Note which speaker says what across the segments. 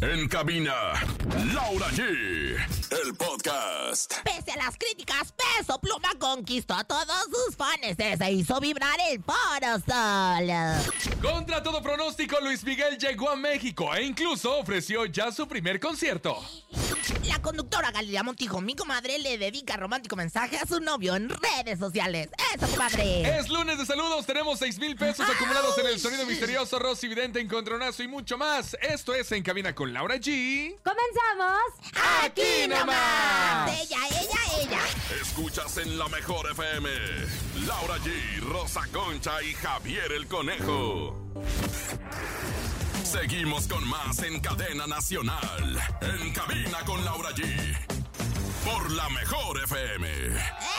Speaker 1: En cabina, Laura G. El podcast.
Speaker 2: Pese a las críticas, Peso Pluma conquistó a todos sus fans. Se hizo vibrar el Foro Sol.
Speaker 3: Contra todo pronóstico, Luis Miguel llegó a México e incluso ofreció ya su primer concierto.
Speaker 2: La conductora Galilea Montijo, mi comadre, le dedica romántico mensaje a su novio en redes sociales. ¡Eso, comadre!
Speaker 3: Es lunes de saludos, tenemos 6 mil pesos ¡Ay! acumulados en el sonido misterioso, Rosy Vidente, Encontronazo y mucho más. Esto es En Cabina con Laura G.
Speaker 4: ¡Comenzamos!
Speaker 2: ¡Aquí nomás! Ella, ella, ella.
Speaker 1: Escuchas en la mejor FM. Laura G, Rosa Concha y Javier el Conejo. Seguimos con más en Cadena Nacional. En cabina con Laura G. Por la mejor FM. ¡Bienvenidos
Speaker 4: en Cabina con Laura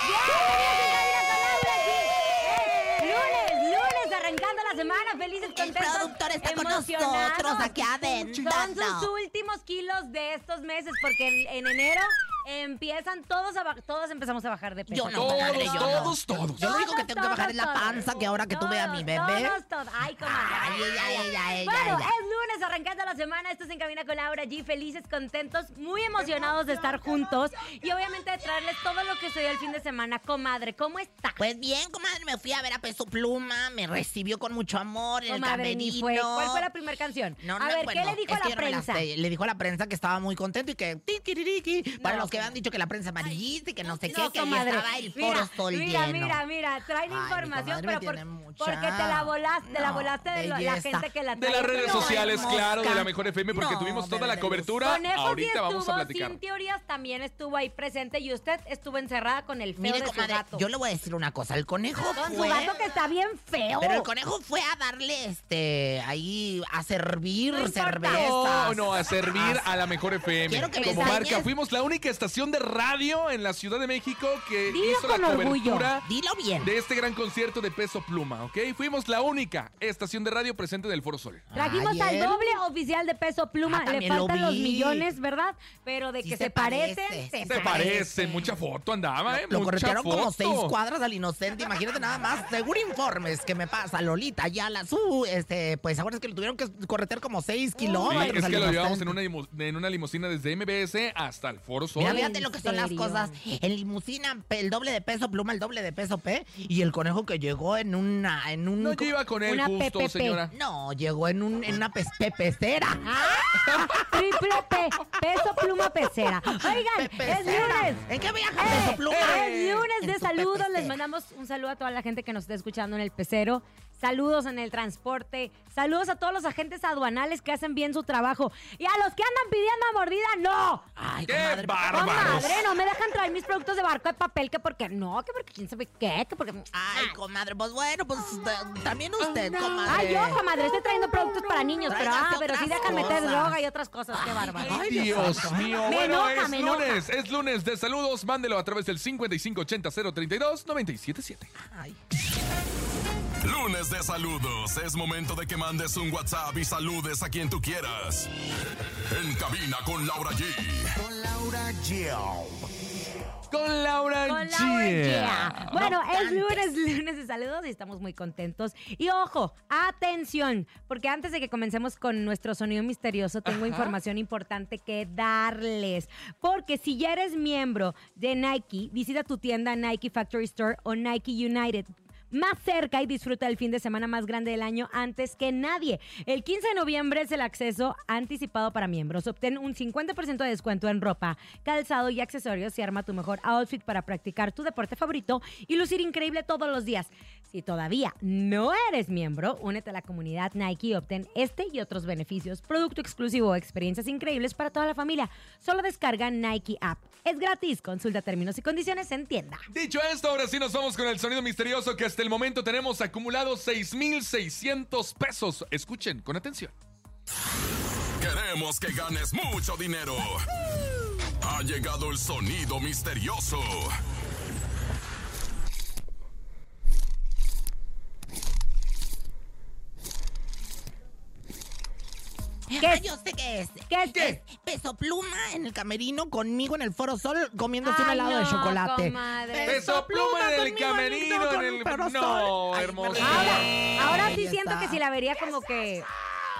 Speaker 4: G! ¡Es lunes, lunes, arrancando la semana! ¡Felices, contentos!
Speaker 2: El productor está con nosotros aquí adentro.
Speaker 4: Son sus últimos kilos de estos meses porque en, en enero empiezan todos a todos empezamos a bajar de
Speaker 2: Yo
Speaker 4: peso.
Speaker 2: no, padre, yo
Speaker 3: todos, todos,
Speaker 2: no.
Speaker 3: todos.
Speaker 2: Yo lo único que tengo que bajar es la panza que ahora que tuve a mi bebé.
Speaker 4: Todos, todos. Ay, cómo.
Speaker 2: Ay, ay, ay, ay,
Speaker 4: bueno, eh.
Speaker 2: ay, ay.
Speaker 4: es lunes arrancando la semana. Esto es en Cabina con Laura G. Felices, contentos, muy emocionados de estar juntos y obviamente de traerles todo lo que soy el fin de semana, comadre. ¿Cómo está?
Speaker 2: Pues bien, comadre, me fui a ver a Peso Pluma, me recibió con mucho amor en el
Speaker 4: Comadre, ni fue.
Speaker 2: camerino.
Speaker 4: ¿Cuál fue la primera canción?
Speaker 2: No, no
Speaker 4: a
Speaker 2: me
Speaker 4: ver,
Speaker 2: acuerdo.
Speaker 4: ¿qué le dijo
Speaker 2: Es que
Speaker 4: la
Speaker 2: yo no me
Speaker 4: prensa?
Speaker 2: sé. Le dijo a la prensa que estaba muy contento y que ti, ti, ti, ti, ti. para
Speaker 4: No,
Speaker 2: los que
Speaker 4: comadre.
Speaker 2: habían dicho que la prensa amarillista y que no sé qué,
Speaker 4: No,
Speaker 2: que ahí
Speaker 4: comadre.
Speaker 2: estaba el
Speaker 4: Mira,
Speaker 2: foro sol
Speaker 4: mira,
Speaker 2: lleno.
Speaker 4: Mira, mira, traen
Speaker 2: Ay, mi
Speaker 4: información,
Speaker 2: comadre
Speaker 4: pero
Speaker 2: tiene
Speaker 4: por-
Speaker 2: mucha.
Speaker 4: porque te la volaste, te la
Speaker 2: No,
Speaker 4: volaste de lo- la
Speaker 2: belleza.
Speaker 4: gente que la
Speaker 3: De
Speaker 4: trae.
Speaker 3: las redes
Speaker 2: No,
Speaker 3: sociales,
Speaker 2: hermosca.
Speaker 3: claro, de la mejor FM, porque
Speaker 2: No,
Speaker 3: tuvimos toda la
Speaker 2: Veracruz.
Speaker 3: cobertura.
Speaker 4: Con eso sí
Speaker 3: Ahorita vamos a
Speaker 4: estuvo,
Speaker 3: platicar.
Speaker 4: sin teorías también estuvo ahí presente y usted estuvo encerrada con el feo
Speaker 2: Mire,
Speaker 4: de su
Speaker 2: comadre,
Speaker 4: gato.
Speaker 2: yo le voy a decir una cosa. El conejo
Speaker 4: Con su
Speaker 2: fue...
Speaker 4: gato que está bien feo.
Speaker 2: ¿eh? Pero el conejo fue a darle, este, ahí, a servir
Speaker 4: No importa.
Speaker 2: cervezas.
Speaker 3: No, Oh, no, a servir a la mejor FM.
Speaker 2: Quiero que me
Speaker 3: Como
Speaker 2: enseñes.
Speaker 3: marca, fuimos la única estación de radio en la Ciudad de México que
Speaker 4: Dilo
Speaker 3: hizo la
Speaker 4: con orgullo.
Speaker 3: cobertura
Speaker 2: Dilo bien.
Speaker 3: de este gran concierto de Peso Pluma, ¿ok? Fuimos la única estación de radio presente del Foro Sol.
Speaker 4: Trajimos
Speaker 2: Ayer.
Speaker 4: al doble oficial de peso pluma.
Speaker 2: Ah,
Speaker 4: Le
Speaker 2: también
Speaker 4: faltan
Speaker 2: lo
Speaker 4: los
Speaker 2: vi.
Speaker 4: millones, ¿verdad? Pero de
Speaker 2: Sí
Speaker 4: que
Speaker 2: se
Speaker 4: se, parecen,
Speaker 2: parece.
Speaker 4: se,
Speaker 3: Se parece, mucha foto andaba, ¿eh?
Speaker 2: Lo
Speaker 3: mucha
Speaker 2: corretearon como
Speaker 3: foto.
Speaker 2: seis cuadras al inocente. Imagínate nada más. Según informes que me pasa, Lolita, ya la su, este, pues ahora es que lo tuvieron que corretear como seis
Speaker 3: Sí,
Speaker 2: kilómetros.
Speaker 3: es
Speaker 2: al
Speaker 3: que lo llevamos
Speaker 2: inocente.
Speaker 3: en una, limu- en una limusina desde MBS hasta el Foro Sol.
Speaker 2: Mira,
Speaker 4: Oye,
Speaker 2: fíjate
Speaker 4: ¿en
Speaker 2: lo que son las
Speaker 4: serio?
Speaker 2: cosas. En limusina, pe- el doble de peso pluma, el doble de peso P. Y el conejo que llegó en una. En un,
Speaker 3: No yo iba con él
Speaker 4: Una
Speaker 3: justo,
Speaker 4: PPP.
Speaker 3: señora.
Speaker 2: No, llegó en, un, en una pes- pe- pecera.
Speaker 4: Ah, Triple P, peso pluma pecera. Oigan,
Speaker 2: Pecera.
Speaker 4: es lunes.
Speaker 2: ¿En qué viaja
Speaker 4: Eh,
Speaker 2: peso pluma?
Speaker 4: Es lunes
Speaker 2: En
Speaker 4: de
Speaker 2: su
Speaker 4: saludos.
Speaker 2: pepecera.
Speaker 4: Les mandamos un saludo a toda la gente que nos está escuchando en el pecero. Saludos en el transporte. Saludos a todos los agentes aduanales que hacen bien su trabajo. Y a los que andan pidiendo a mordida, no.
Speaker 2: Ay,
Speaker 3: ¡Qué
Speaker 2: comadre,
Speaker 3: bárbaro! Bárbaros.
Speaker 4: Madre, no me dejan traer mis productos de barco de papel, que porque no, que porque quién sabe qué, que porque. mm, ah,
Speaker 2: Ay, comadre, pues bueno, pues eh, también usted, comadre.
Speaker 4: Ay, yo, comadre, estoy trayendo productos para niños, pero
Speaker 2: Tráigase
Speaker 4: ah, pero sí
Speaker 2: otras
Speaker 4: dejan meter
Speaker 2: cosas.
Speaker 4: droga y otras cosas, qué
Speaker 3: Ay,
Speaker 4: bárbaro.
Speaker 2: Ay, Dios
Speaker 3: Dios
Speaker 2: santo.
Speaker 3: mío.
Speaker 4: Me
Speaker 3: bueno,
Speaker 4: enoja,
Speaker 3: es
Speaker 4: me enoja.
Speaker 3: lunes, es lunes de saludos. Mándelo a través del 5580-032-977.
Speaker 2: Ay.
Speaker 1: Lunes de saludos. Es momento de que mandes un WhatsApp y saludes a quien tú quieras. En cabina con Laura G.
Speaker 5: Con Laura G.
Speaker 3: Con Laura
Speaker 4: Con la orgía.
Speaker 3: Gia.
Speaker 4: Bueno,
Speaker 2: No
Speaker 4: es
Speaker 2: cantes.
Speaker 4: lunes, lunes de saludos y estamos muy contentos. Y ojo, atención, porque antes de que comencemos con nuestro sonido misterioso, tengo información importante que darles. Porque si ya eres miembro de Nike, visita tu tienda Nike Factory Store o Nike United más cerca y disfruta el fin de semana más grande del año antes que nadie. El 15 de noviembre es el acceso anticipado para miembros. Obtén un 50% de descuento en ropa, calzado y accesorios y arma tu mejor outfit para practicar tu deporte favorito y lucir increíble todos los días. Si todavía no eres miembro, únete a la comunidad Nike y obtén este y otros beneficios, producto exclusivo, experiencias increíbles para toda la familia. Solo descarga Nike App. Es gratis. Consulta términos y condiciones en tienda.
Speaker 3: Dicho esto, ahora sí nos vamos con el sonido misterioso que hasta el momento tenemos acumulado 6,600 pesos. Escuchen con atención.
Speaker 1: Queremos que ganes mucho dinero. Ha llegado el sonido misterioso.
Speaker 4: ¿Qué
Speaker 2: Ah,
Speaker 4: es?
Speaker 2: yo sé qué es.
Speaker 4: ¿Qué es?
Speaker 2: Es peso pluma en el camerino, conmigo en el Foro Sol, comiéndose un
Speaker 4: Ay,
Speaker 2: helado de
Speaker 4: no,
Speaker 2: chocolate.
Speaker 4: comadre.
Speaker 3: Peso pluma en el
Speaker 2: conmigo
Speaker 3: camerino,
Speaker 2: con
Speaker 3: en el-
Speaker 2: Foro
Speaker 3: no,
Speaker 2: Sol. Ay,
Speaker 3: hermosa.
Speaker 2: perdón.
Speaker 4: Ahora, ahora
Speaker 2: Ahí
Speaker 4: sí siento
Speaker 2: está.
Speaker 4: que si la vería como que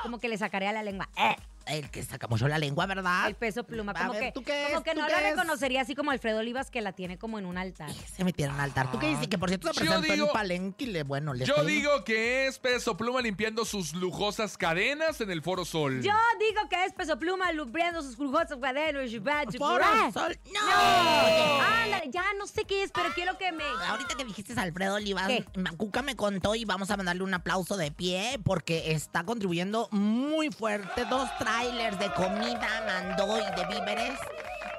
Speaker 4: como que le sacaría la lengua. Eh,
Speaker 2: el que sacamos yo la lengua, ¿verdad?
Speaker 4: El peso pluma.
Speaker 2: Ah, A
Speaker 4: Como
Speaker 2: ver,
Speaker 4: que,
Speaker 2: ¿tú qué
Speaker 4: como
Speaker 2: es?
Speaker 4: que
Speaker 2: ¿tú
Speaker 4: no
Speaker 2: qué
Speaker 4: la
Speaker 2: es?
Speaker 4: reconocería así como Alfredo Olivas que la tiene como en un altar.
Speaker 2: Se metieron al altar. ¿Tú qué dices? Que por cierto se
Speaker 3: Yo
Speaker 2: presentó
Speaker 3: digo-
Speaker 2: en Palenque y le, bueno, le
Speaker 3: Yo
Speaker 2: estoy-
Speaker 3: digo que es Peso Pluma limpiando sus lujosas cadenas en el Foro Sol.
Speaker 4: Yo digo que es peso pluma lumbriando sus jugosos cadenas.
Speaker 2: ¡Foro Sol! ¡No!
Speaker 4: Ándale, ya no sé qué es, pero quiero que me.
Speaker 2: Ahorita que dijiste Alfredo Olivas,
Speaker 4: ¿Qué?
Speaker 2: Macuca me contó y vamos a mandarle un aplauso de pie porque está contribuyendo muy fuerte. Dos trailers de comida mandó y de víveres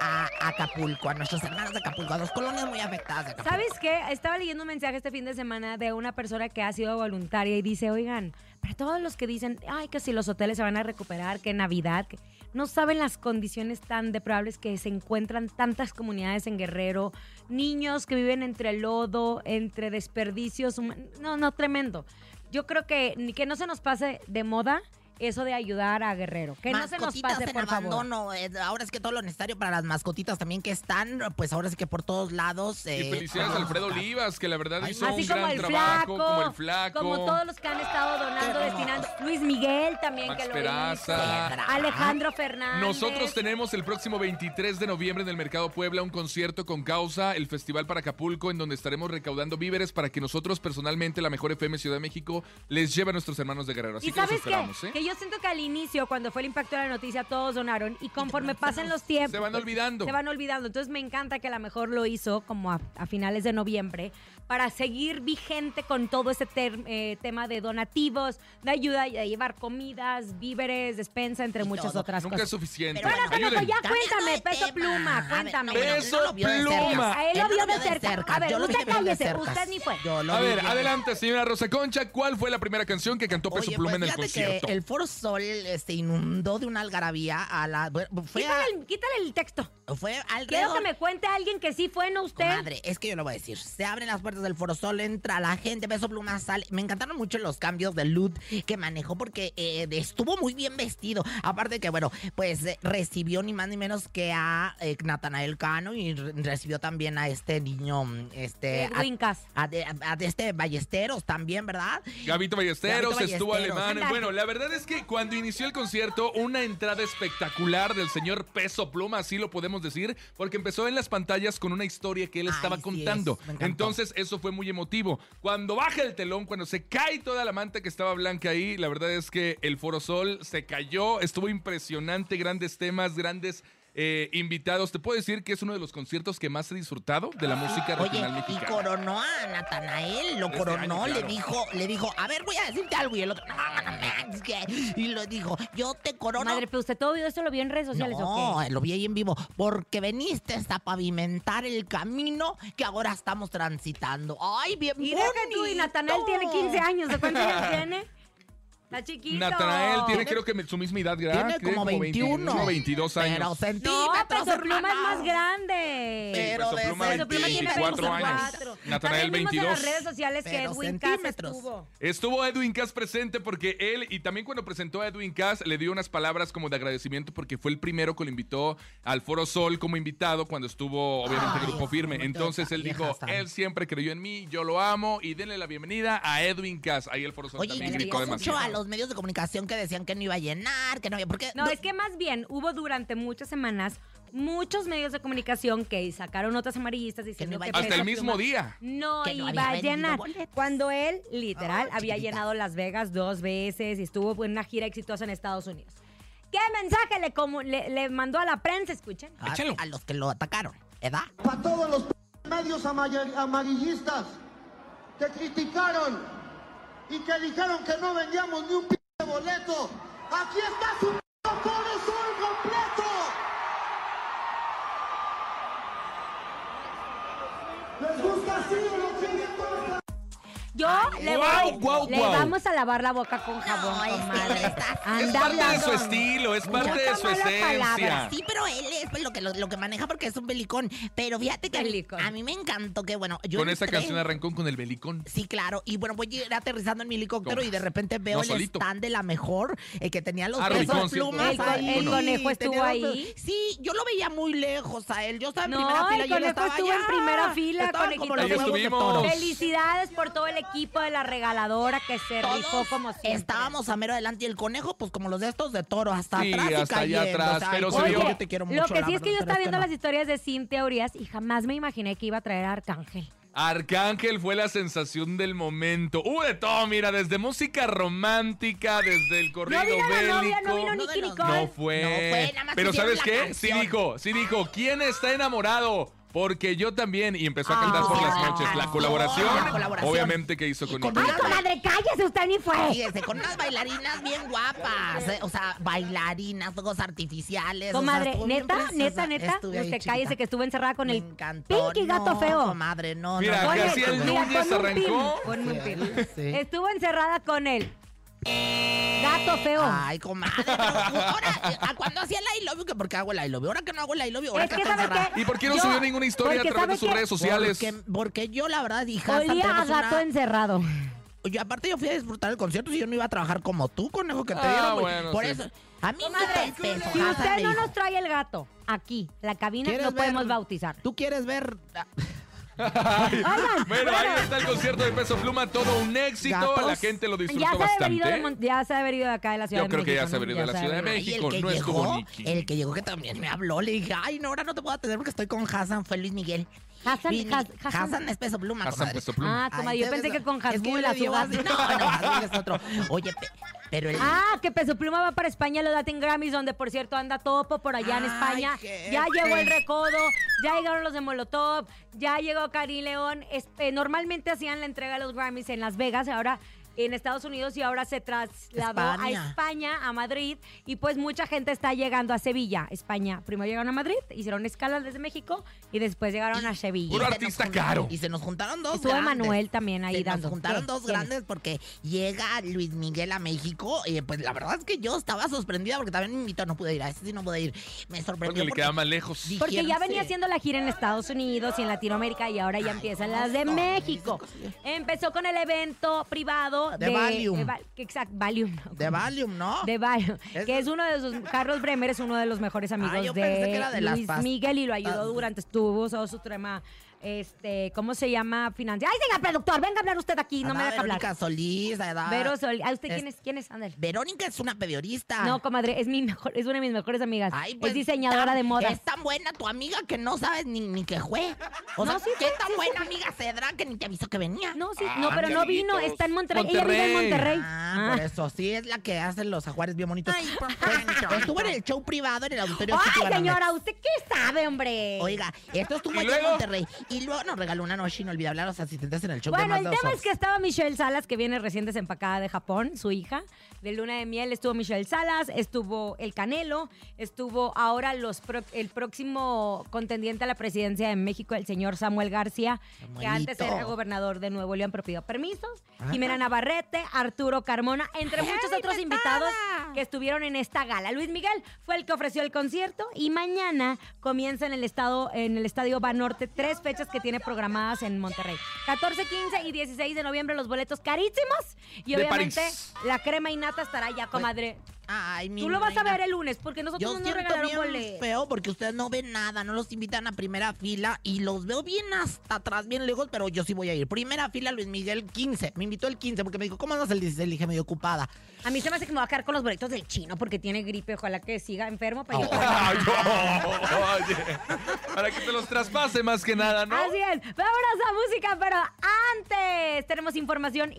Speaker 2: a Acapulco, a nuestros hermanos de Acapulco, a dos colonias muy afectadas de Acapulco.
Speaker 4: ¿Sabes qué? Estaba leyendo un mensaje este fin de semana de una persona que ha sido voluntaria y dice, oigan, para todos los que dicen, ay, que si los hoteles se van a recuperar, que Navidad, que no saben las condiciones tan deprobables que se encuentran tantas comunidades en Guerrero, niños que viven entre lodo, entre desperdicios, hum- no, no, tremendo. Yo creo que ni que no se nos pase de moda eso de ayudar a Guerrero, que no se nos
Speaker 2: Mascotitas
Speaker 4: pase,
Speaker 2: en
Speaker 4: por favor.
Speaker 2: abandono. eh, Ahora es que todo lo necesario para las mascotitas también que están, pues ahora sí que por todos lados.
Speaker 3: Y
Speaker 2: eh,
Speaker 3: felicidades a
Speaker 2: pues,
Speaker 3: Alfredo
Speaker 2: está-
Speaker 3: Olivas, que la verdad
Speaker 2: Ay,
Speaker 3: hizo
Speaker 2: no.
Speaker 3: un
Speaker 4: Así
Speaker 3: gran
Speaker 4: como el
Speaker 3: trabajo,
Speaker 4: flaco,
Speaker 3: como el flaco.
Speaker 4: como todos los que han estado donando,
Speaker 2: Qué
Speaker 4: destinando. Luis Miguel también
Speaker 3: Max
Speaker 4: que lo
Speaker 3: Peraza.
Speaker 4: hizo. Alejandro Fernández.
Speaker 3: Nosotros tenemos el próximo 23 de noviembre en el Mercado Puebla un concierto con causa, el Festival para Acapulco, en donde estaremos recaudando víveres para que nosotros personalmente, la Mejor FM Ciudad de México, les lleve a nuestros hermanos de Guerrero. Así
Speaker 4: Y
Speaker 3: que los
Speaker 4: sabes qué?
Speaker 3: esperamos, ¿eh?
Speaker 4: que yo siento que al inicio, cuando fue el impacto de la noticia, todos donaron y conforme pasan los tiempos,
Speaker 3: Se van olvidando.
Speaker 4: se van olvidando. Entonces me encanta que a lo mejor lo hizo como a, a finales de noviembre para seguir vigente con todo ese ter- eh, tema de donativos, de ayuda y de llevar comidas, víveres, despensa, entre
Speaker 2: Y
Speaker 4: muchas
Speaker 2: todo.
Speaker 4: otras
Speaker 3: Nunca es
Speaker 4: cosas.
Speaker 3: suficiente.
Speaker 2: Pero bueno,
Speaker 4: Pero
Speaker 3: Ayuden.
Speaker 4: ya
Speaker 2: Cambiando
Speaker 4: cuéntame,
Speaker 2: de
Speaker 4: peso
Speaker 2: tema. A
Speaker 4: pluma,
Speaker 2: ver,
Speaker 4: cuéntame.
Speaker 2: no, bueno, él
Speaker 3: Peso
Speaker 2: no lo vio de cerca.
Speaker 3: pluma.
Speaker 4: Él lo
Speaker 2: lo
Speaker 4: vio de cerca. A ver,
Speaker 2: yo lo vi
Speaker 4: usted
Speaker 2: que vio de
Speaker 4: cállese,
Speaker 2: cerca.
Speaker 4: usted ni fue.
Speaker 2: Yo lo
Speaker 3: A
Speaker 2: vi
Speaker 3: ver,
Speaker 2: bien.
Speaker 3: adelante, señora Rosa Concha, ¿cuál fue la primera canción que cantó Peso
Speaker 2: Oye,
Speaker 3: Pluma
Speaker 2: pues,
Speaker 3: en el
Speaker 2: fíjate que
Speaker 3: concierto?
Speaker 2: el Foro Sol este, inundó de una algarabía a la. bueno, Fue,
Speaker 4: Quítale,
Speaker 2: a-
Speaker 4: el, quítale el texto.
Speaker 2: fue
Speaker 4: Quiero
Speaker 2: alrededor.
Speaker 4: que me cuente alguien que sí fue, no usted.
Speaker 2: Madre, es que yo lo voy a decir. Se abren las puertas del Foro Sol, entra la gente, beso pluma, sale. Me encantaron mucho los cambios de look que manejó porque eh, estuvo muy bien vestido. Aparte que, bueno, pues eh, recibió ni más ni menos que a eh, Natanael Cano y re- recibió también a este niño, mm, este... a-
Speaker 4: Edwin Cass.
Speaker 2: a, de- a- a de este Ballesteros también, ¿verdad?
Speaker 3: Gabito Ballesteros,
Speaker 2: Gabito
Speaker 3: estuvo
Speaker 2: Ballesteros.
Speaker 3: alemán.
Speaker 4: Ándale.
Speaker 3: Bueno, la verdad es que cuando inició el concierto, una entrada espectacular del señor Peso Pluma, así lo podemos decir, porque empezó en las pantallas con una historia que él
Speaker 2: Ay,
Speaker 3: estaba
Speaker 2: sí
Speaker 3: contando.
Speaker 2: es, me encantó.
Speaker 3: Entonces, eso fue muy emotivo. Cuando baja el telón, cuando se cae toda la manta que estaba blanca ahí, la verdad es que el Foro Sol se cayó, estuvo impresionante, grandes temas, grandes. eh, invitados, te puedo decir que es uno de los conciertos que más he disfrutado de la música
Speaker 2: Ah, Oye,
Speaker 3: regional
Speaker 2: y
Speaker 3: mexicana.
Speaker 2: coronó a Natanael, lo
Speaker 3: Este
Speaker 2: coronó,
Speaker 3: año,
Speaker 2: le
Speaker 3: claro.
Speaker 2: dijo, le dijo, a ver, voy a decirte algo. Y el otro, no, no, no, es que-". Y lo dijo, yo te corono.
Speaker 4: Madre, pero usted todo vio esto, lo vio en redes sociales,
Speaker 2: no, eh,
Speaker 4: ¿o qué?
Speaker 2: lo vi ahí en vivo. Porque viniste a pavimentar el camino que ahora estamos transitando. Ay, bien
Speaker 4: Y deja tú, y
Speaker 2: bonito.
Speaker 4: Natanael tiene 15 años, ¿de cuántos años tiene? Está chiquito.
Speaker 3: Natanael tiene creo que su misma edad, ¿verdad?
Speaker 2: Tiene como 21.
Speaker 3: 22 años.
Speaker 2: Pero
Speaker 4: No,
Speaker 2: centímetros,
Speaker 4: Peso Pluma es
Speaker 2: hermano.
Speaker 4: más grande.
Speaker 2: Sí, Pero
Speaker 3: Peso
Speaker 2: de
Speaker 3: Pluma,
Speaker 4: Peso Pluma tiene
Speaker 3: 24
Speaker 4: 24.
Speaker 3: años. Natanael,
Speaker 4: También vimos
Speaker 3: 22.
Speaker 4: en las redes sociales que
Speaker 2: Pero
Speaker 4: Edwin Cass
Speaker 2: centímetros.
Speaker 4: estuvo.
Speaker 3: Estuvo Edwin Cass presente porque él, y también cuando presentó a Edwin Cass, le dio unas palabras como de agradecimiento porque fue el primero que lo invitó al Foro Sol como invitado cuando estuvo, obviamente,
Speaker 2: Ay,
Speaker 3: Grupo Firme.
Speaker 2: cómo te
Speaker 3: Entonces él
Speaker 2: viejas
Speaker 3: dijo,
Speaker 2: tan.
Speaker 3: él siempre creyó en mí, yo lo amo, y denle la bienvenida a Edwin Cass. Ahí el Foro Sol
Speaker 2: Oye, y
Speaker 3: también
Speaker 4: Pero
Speaker 3: gritó
Speaker 2: criticó
Speaker 4: ya
Speaker 3: demasiado.
Speaker 2: mucho a los medios de comunicación que decían que no iba a llenar, que no había. Porque
Speaker 4: No,
Speaker 2: do-
Speaker 4: es que más bien hubo durante muchas semanas muchos medios de comunicación que sacaron notas amarillistas diciendo
Speaker 2: iba
Speaker 4: que,
Speaker 2: a
Speaker 3: Hasta
Speaker 4: Peso
Speaker 3: el mismo
Speaker 4: Pluma
Speaker 3: día.
Speaker 4: No
Speaker 2: Que no
Speaker 4: iba
Speaker 2: había
Speaker 4: a
Speaker 2: vendido
Speaker 4: llenar.
Speaker 2: boletos.
Speaker 4: Cuando él, literal,
Speaker 2: Ay,
Speaker 3: Ah,
Speaker 4: había
Speaker 2: chiquitita.
Speaker 4: llenado Las Vegas dos veces y estuvo en una gira exitosa en Estados Unidos. ¿Qué mensaje le, comu- le, le mandó a la prensa? Escuchen.
Speaker 2: a,
Speaker 3: Échalo.
Speaker 2: a los que lo atacaron, ¿verdad?
Speaker 6: a todos los p- medios amaya- amarillistas que criticaron y que dijeron que no vendíamos ni un p de boleto. Aquí está su p Foro Sol completo. ¿Les gusta así o lo quieren corta?
Speaker 4: Yo le,
Speaker 3: guau,
Speaker 4: voy-
Speaker 3: guau,
Speaker 4: le
Speaker 3: guau.
Speaker 4: vamos a lavar la boca con jabón,
Speaker 2: No, es que
Speaker 4: comadre.
Speaker 2: le estás-
Speaker 3: Es
Speaker 4: Anda
Speaker 3: parte de su
Speaker 4: hablando.
Speaker 3: estilo, es parte
Speaker 4: Mucha
Speaker 3: de su
Speaker 4: mala
Speaker 3: esencia.
Speaker 4: palabra.
Speaker 2: Sí, pero él es pues, lo que, lo, lo que maneja porque es un belicón. Pero fíjate que a mí-
Speaker 4: Belicón.
Speaker 2: a mí me encantó que, bueno, yo.
Speaker 3: Con esta
Speaker 2: entré-
Speaker 3: canción arrancó con el belicón.
Speaker 2: Sí, claro. Y bueno, voy a ir aterrizando en mi helicóptero
Speaker 3: Tomas.
Speaker 2: y de repente veo
Speaker 3: No
Speaker 2: el
Speaker 3: solito.
Speaker 2: stand de la mejor eh, que tenía los
Speaker 3: Ah,
Speaker 2: pesos
Speaker 3: Rubicón, ¿cierto?
Speaker 2: plumas.
Speaker 4: El co-
Speaker 2: ahí.
Speaker 4: el conejo estuvo
Speaker 2: Tenía los-
Speaker 4: ahí.
Speaker 2: Sí, yo lo veía muy lejos a él. Yo estaba en
Speaker 4: No,
Speaker 2: primera fila. yo
Speaker 4: el
Speaker 2: no
Speaker 4: conejo
Speaker 2: estaba
Speaker 4: estuvo en
Speaker 2: allá.
Speaker 4: primera fila,
Speaker 2: Estaba
Speaker 4: conejito.
Speaker 2: como los
Speaker 3: Ahí
Speaker 2: huevos de
Speaker 3: estuvimos.
Speaker 2: toro.
Speaker 3: Feliz
Speaker 4: Felicidades por todo el equipo de la contadora que se rifó
Speaker 2: Todos
Speaker 4: como siempre.
Speaker 2: estábamos a mero adelante y el conejo, pues como los de estos de toro, hasta
Speaker 3: Sí,
Speaker 2: atrás y
Speaker 3: hasta allá
Speaker 2: cayendo.
Speaker 3: atrás,
Speaker 2: O sea,
Speaker 3: pero se
Speaker 2: Conejo,
Speaker 3: vio.
Speaker 2: yo te quiero mucho,
Speaker 4: Lo que
Speaker 2: la
Speaker 4: sí es que
Speaker 2: verdad,
Speaker 4: yo
Speaker 2: pero
Speaker 4: estaba viendo
Speaker 2: no.
Speaker 4: las historias de Cintia Urias y jamás me imaginé que iba a traer a Arcángel.
Speaker 3: Arcángel fue la sensación del momento. Hubo de todo, mira, desde música romántica, desde el corrido
Speaker 4: No vino la novia, no
Speaker 3: bélico.
Speaker 4: vino
Speaker 2: No
Speaker 4: Nicky
Speaker 2: de los-
Speaker 4: Nicole.
Speaker 3: No fue.
Speaker 2: No fue, nada más
Speaker 3: Pero
Speaker 2: pusieron
Speaker 3: ¿sabes
Speaker 2: la
Speaker 3: qué?
Speaker 2: canción.
Speaker 3: Sí dijo, sí dijo, ¿quién está enamorado? Porque yo también. Y empezó a cantar por
Speaker 2: pusieron
Speaker 3: las
Speaker 2: la
Speaker 3: noches. La
Speaker 2: canción,
Speaker 3: colaboración,
Speaker 2: la colaboración.
Speaker 3: obviamente, que hizo con
Speaker 2: con
Speaker 3: Nicky.
Speaker 4: ¡Ay, comadre, cállese! Usted ni fue.
Speaker 2: Fíjese, este, con unas bailarinas bien guapas, eh, o sea, bailarinas, fuegos artificiales. o sea,
Speaker 4: Comadre,
Speaker 2: estuvo bien
Speaker 4: neta,
Speaker 2: preciosa.
Speaker 4: neta, neta,
Speaker 2: Estuve ahí,
Speaker 4: usted
Speaker 2: chiquita.
Speaker 4: cállese que estuve encerrada con
Speaker 2: Me
Speaker 4: el
Speaker 2: encantó.
Speaker 4: pinky gato
Speaker 2: No,
Speaker 4: feo.
Speaker 2: Comadre, no,
Speaker 3: Mira,
Speaker 2: no, no,
Speaker 3: que
Speaker 4: Ponle-
Speaker 2: no,
Speaker 3: así el
Speaker 2: no,
Speaker 4: mira,
Speaker 3: Núñez
Speaker 4: ponme un
Speaker 3: arrancó.
Speaker 4: pin, ponme un pin.
Speaker 2: Sí.
Speaker 4: Estuvo encerrada con él. Gato feo.
Speaker 2: Ay, comadre, pero ahora, eh, ¿a cuándo hacía el I love you? Que porque hago el I love you. Ahora que no hago el I love you, ahora
Speaker 4: Es que,
Speaker 2: está
Speaker 4: ¿sabe
Speaker 2: encerrada.
Speaker 4: qué?
Speaker 3: ¿Y por qué no
Speaker 4: Yo-
Speaker 3: subió ninguna historia a
Speaker 4: porque
Speaker 3: través de
Speaker 4: ¿sabe
Speaker 3: sus
Speaker 4: qué?
Speaker 3: redes sociales?
Speaker 2: Porque, porque yo, la verdad, dije, hasta
Speaker 4: Olía a
Speaker 2: tenemos
Speaker 4: gato
Speaker 2: una-
Speaker 4: encerrado.
Speaker 2: Yo aparte yo fui a disfrutar el concierto y yo no iba a trabajar como tú, conejo, que te
Speaker 3: Ah,
Speaker 2: dieron. güey.
Speaker 3: bueno,
Speaker 2: Por
Speaker 3: sí.
Speaker 2: eso, a mí
Speaker 4: Comadre,
Speaker 2: me pesos.
Speaker 4: Si
Speaker 2: Hazard
Speaker 4: usted
Speaker 2: me
Speaker 4: no
Speaker 2: dijo,
Speaker 4: nos trae el gato aquí, la cabina,
Speaker 2: ¿Quieres
Speaker 4: no podemos
Speaker 2: ver?
Speaker 4: bautizar.
Speaker 2: ¿Tú quieres ver? ah,
Speaker 4: Oigan,
Speaker 3: Bueno,
Speaker 4: bueno,
Speaker 3: ahí está el concierto de Peso Pluma, todo un éxito.
Speaker 2: Gatos.
Speaker 3: La gente lo
Speaker 4: ya
Speaker 3: disfrutó
Speaker 4: se, ha de haber ido de
Speaker 3: bastante. ¿eh?
Speaker 4: Mon- ya se ha de haber ido de acá de la Ciudad
Speaker 3: Yo
Speaker 4: de
Speaker 3: creo
Speaker 4: México.
Speaker 3: que ya se ha
Speaker 4: ¿no?
Speaker 3: de haber
Speaker 4: Ya
Speaker 3: ido de la
Speaker 4: se ha de
Speaker 3: Ciudad de
Speaker 4: haber
Speaker 2: ay,
Speaker 4: ido.
Speaker 3: México,
Speaker 2: el que
Speaker 3: no estuvo
Speaker 2: llegó,
Speaker 3: Nicky.
Speaker 2: el que llegó que también me habló, le dije, ay, no, ahora no te puedo atender porque estoy con Hassan, fue Luis Miguel.
Speaker 4: Hassan-
Speaker 2: Luis Mi-
Speaker 4: Has- Hassan-
Speaker 2: Hassan, es peso pluma,
Speaker 3: Hassan
Speaker 2: comadre.
Speaker 3: Peso Pluma.
Speaker 4: Ah, comadre, yo
Speaker 2: Ay,
Speaker 4: pensé
Speaker 2: entonces,
Speaker 4: que con
Speaker 2: es yo
Speaker 4: Hasbula,
Speaker 2: le digo
Speaker 4: su
Speaker 2: así,
Speaker 4: gato.
Speaker 2: No, no, Hasbula es otro. Oye, pe- pero el...
Speaker 4: Ah, que Peso Pluma va para España, lo daten Grammys, donde por cierto anda Topo por allá en
Speaker 2: Ay,
Speaker 4: España.
Speaker 2: jefe.
Speaker 4: Ya llegó el recodo, ya llegaron los de Molotov, ya llegó Cari León. Es- eh, normalmente hacían la entrega de los Grammys en Las Vegas, ahora en Estados Unidos y ahora se trasladó a
Speaker 2: España.
Speaker 4: España, a Madrid, y pues mucha gente está llegando a Sevilla, España. Primero llegaron a Madrid, hicieron escalas desde México y después llegaron a
Speaker 3: Puro
Speaker 4: Sevilla.
Speaker 2: se nos
Speaker 3: artista
Speaker 2: juntaron-
Speaker 3: caro.
Speaker 2: Y se nos juntaron dos
Speaker 4: Estuvo
Speaker 2: grandes.
Speaker 4: Manuel también ahí
Speaker 2: Se
Speaker 4: dando.
Speaker 2: Nos juntaron
Speaker 4: ¿Qué?
Speaker 2: dos
Speaker 4: ¿Quién es?
Speaker 2: grandes porque llega Luis Miguel a México. Y pues la verdad es que yo estaba sorprendida porque también me invitó, no pude ir. A ese sí no pude ir. Me sorprendió.
Speaker 3: Porque le queda más lejos.
Speaker 2: di-
Speaker 4: Porque ya
Speaker 2: Dijeron,
Speaker 4: venía
Speaker 2: sí.
Speaker 4: haciendo la gira en Estados Unidos y en Latinoamérica y ahora ya empiezan
Speaker 2: ¿cómo
Speaker 4: las de
Speaker 2: no?
Speaker 4: México. Empezó con el evento privado de,
Speaker 2: De Valium.
Speaker 4: de Val- que exact- Valium. no,
Speaker 2: De Valium, ¿no?
Speaker 4: de Valium,
Speaker 2: Es-
Speaker 4: que es uno de sus, Carlos Bremer es uno de los mejores amigos
Speaker 2: Ah, yo
Speaker 4: de,
Speaker 2: pensé que era de las
Speaker 4: Luis
Speaker 2: pastas.
Speaker 4: Miguel y lo ayudó durante, estuvo todo su tema, este, ¿cómo se llama? Financiero. ¡Ay, venga, productor! Venga a hablar usted aquí, no me
Speaker 2: Andaba
Speaker 4: deja hablar.
Speaker 2: Verónica Solís. andaba-
Speaker 4: Vero Sol, ¿a usted
Speaker 2: Es-
Speaker 4: quién es? ¿Quién es? Ándale.
Speaker 2: Verónica es una periodista.
Speaker 4: No, comadre, es mi mejor, es una de mis mejores amigas.
Speaker 2: Ay, pues,
Speaker 4: es diseñadora
Speaker 2: tan-
Speaker 4: de modas.
Speaker 2: Es tan buena tu amiga que no sabes ni, ni que fue. O
Speaker 4: No,
Speaker 2: sea,
Speaker 4: sí
Speaker 2: qué
Speaker 4: fue,
Speaker 2: tan
Speaker 4: sí
Speaker 2: buena amiga Cedra que ni te avisó que venía.
Speaker 4: No, sí,
Speaker 3: Ah,
Speaker 4: no, pero no vino,
Speaker 3: amiguitos.
Speaker 4: está en Monterrey. Ella vive en
Speaker 3: Monterrey.
Speaker 4: Monterrey.
Speaker 2: Ah, por eso. Sí, es la que hace los ajuares bien bonitos.
Speaker 5: Ay, por
Speaker 2: Pues,
Speaker 5: favor.
Speaker 2: estuvo en el show privado en el auditorio. City
Speaker 4: Ay,
Speaker 2: Banamex.
Speaker 4: señora, ¿usted qué sabe, hombre?
Speaker 2: Oiga, esto estuvo
Speaker 3: ¿Y
Speaker 2: allá en
Speaker 3: luego?
Speaker 2: Monterrey. Y luego nos regaló una noche inolvidable a los asistentes en el show de
Speaker 4: Bueno,
Speaker 2: más
Speaker 4: el
Speaker 2: de
Speaker 4: tema
Speaker 2: dos
Speaker 4: es que estaba Michelle Salas, que viene recién desempacada de Japón, su hija, de Luna de Miel. Estuvo Michelle Salas, estuvo el Canelo, estuvo ahora los pro- el próximo contendiente a la presidencia de México, el señor Samuel García, que antes
Speaker 2: Samuelito.
Speaker 4: era gobernador de Nuevo León, pero pidió permisos.
Speaker 2: Ah,
Speaker 4: Jimena Navarrete, Arturo Carmona, entre muchos otros invitados que estuvieron en esta gala. Luis Miguel fue el que ofreció el concierto y mañana comienza en el estado en el estadio Banorte tres fechas que tiene programadas en Monterrey. 14, 15 y 16 de noviembre los boletos carísimos y
Speaker 3: De
Speaker 4: obviamente
Speaker 3: París.
Speaker 4: la crema y nata estará ya, comadre.
Speaker 2: Ay, mi
Speaker 4: Tú lo vas a
Speaker 2: reina.
Speaker 4: ver el lunes porque nosotros
Speaker 2: Yo
Speaker 4: no nos
Speaker 2: siento
Speaker 4: regalaron
Speaker 2: bien
Speaker 4: boletos.
Speaker 2: feo porque ustedes no ven nada, no los invitan a primera fila y los veo bien hasta atrás, bien lejos, pero yo sí voy a ir. Primera fila, Luis Miguel 15. Me invitó el 15 porque me dijo, ¿cómo andas el 16? Le dije, medio ocupada.
Speaker 4: A mí se me hace que me va a quedar con los boletos del chino porque tiene gripe, ojalá que siga enfermo
Speaker 2: Oh.
Speaker 4: para yo-
Speaker 3: Ay, no, oye. Para que te los traspase más que nada, ¿no?
Speaker 4: Así es. Vámonos a música, pero antes tenemos información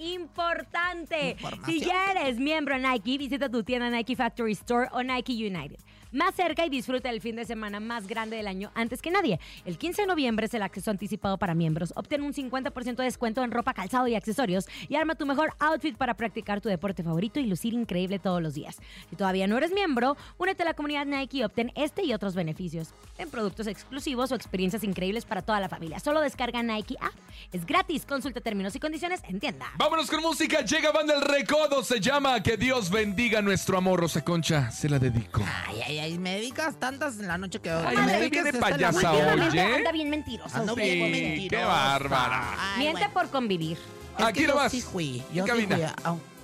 Speaker 4: importante.
Speaker 2: Información.
Speaker 4: Si ya eres miembro Nike, visita tu tienda Nike Factory Store o Nike United. Más cerca y disfruta el fin de semana más grande del año antes que nadie. El 15 de noviembre es el acceso anticipado para miembros. Obtén un 50% de descuento en ropa, calzado y accesorios y arma tu mejor outfit para practicar tu deporte favorito y lucir increíble todos los días. Si todavía no eres miembro, únete a la comunidad Nike y obtén este y otros beneficios en productos exclusivos o experiencias increíbles para toda la familia. Solo descarga Nike app. Es gratis. Consulta términos y condiciones en tienda.
Speaker 3: Vámonos con música. Llega Banda El Recodo. Se llama Que Dios bendiga nuestro amor. Rosa Concha, se la dedico.
Speaker 2: Ay, ay, ay, me dedicas tantas en la noche que
Speaker 3: Ay,
Speaker 2: me
Speaker 3: usted
Speaker 2: dedicas
Speaker 3: viene
Speaker 2: esta en la
Speaker 3: payasa
Speaker 2: noche.
Speaker 3: hoy.
Speaker 4: Últimamente
Speaker 3: Oye.
Speaker 4: anda bien mentiroso.
Speaker 2: ¿eh? Ando
Speaker 4: usted.
Speaker 2: bien
Speaker 3: Sí,
Speaker 2: mentirosa.
Speaker 3: qué bárbara.
Speaker 2: Ay,
Speaker 4: Miente
Speaker 2: bueno.
Speaker 4: por convivir.
Speaker 2: Es que
Speaker 3: Aquí
Speaker 2: yo
Speaker 3: nomás,
Speaker 2: sí fui, yo sí
Speaker 3: en cabina.
Speaker 2: fui a,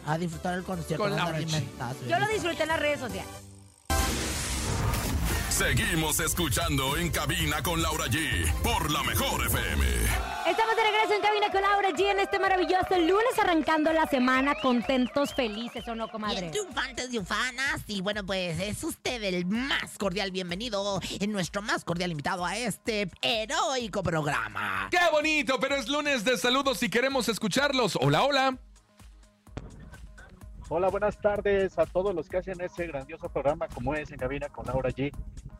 Speaker 2: a- a disfrutar el concierto.
Speaker 3: Con
Speaker 2: no
Speaker 3: Laura
Speaker 2: me
Speaker 3: G.
Speaker 2: inventas,
Speaker 4: Yo lo
Speaker 2: Benito.
Speaker 4: disfruté en las redes sociales.
Speaker 1: Se Seguimos escuchando en cabina con Laura G por la mejor FM.
Speaker 4: Estamos de regreso en cabina con Laura G en este maravilloso lunes arrancando la semana contentos, felices o no, comadre.
Speaker 2: Bien, triunfantes, triunfanas. Y bueno, pues es usted el más cordial bienvenido, en nuestro más cordial invitado a este heroico programa.
Speaker 3: ¡Qué bonito! Pero es lunes de saludos y queremos escucharlos. Hola, hola.
Speaker 7: Hola, buenas tardes a todos los que hacen ese grandioso programa como es En Cabina con Laura G.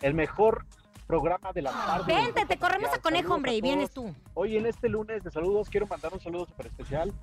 Speaker 7: El mejor programa de la tarde.
Speaker 4: Ah, Vente, te corremos a conejo, hombre, y vienes tú.
Speaker 7: Hoy en este lunes de saludos quiero mandar un saludo súper especial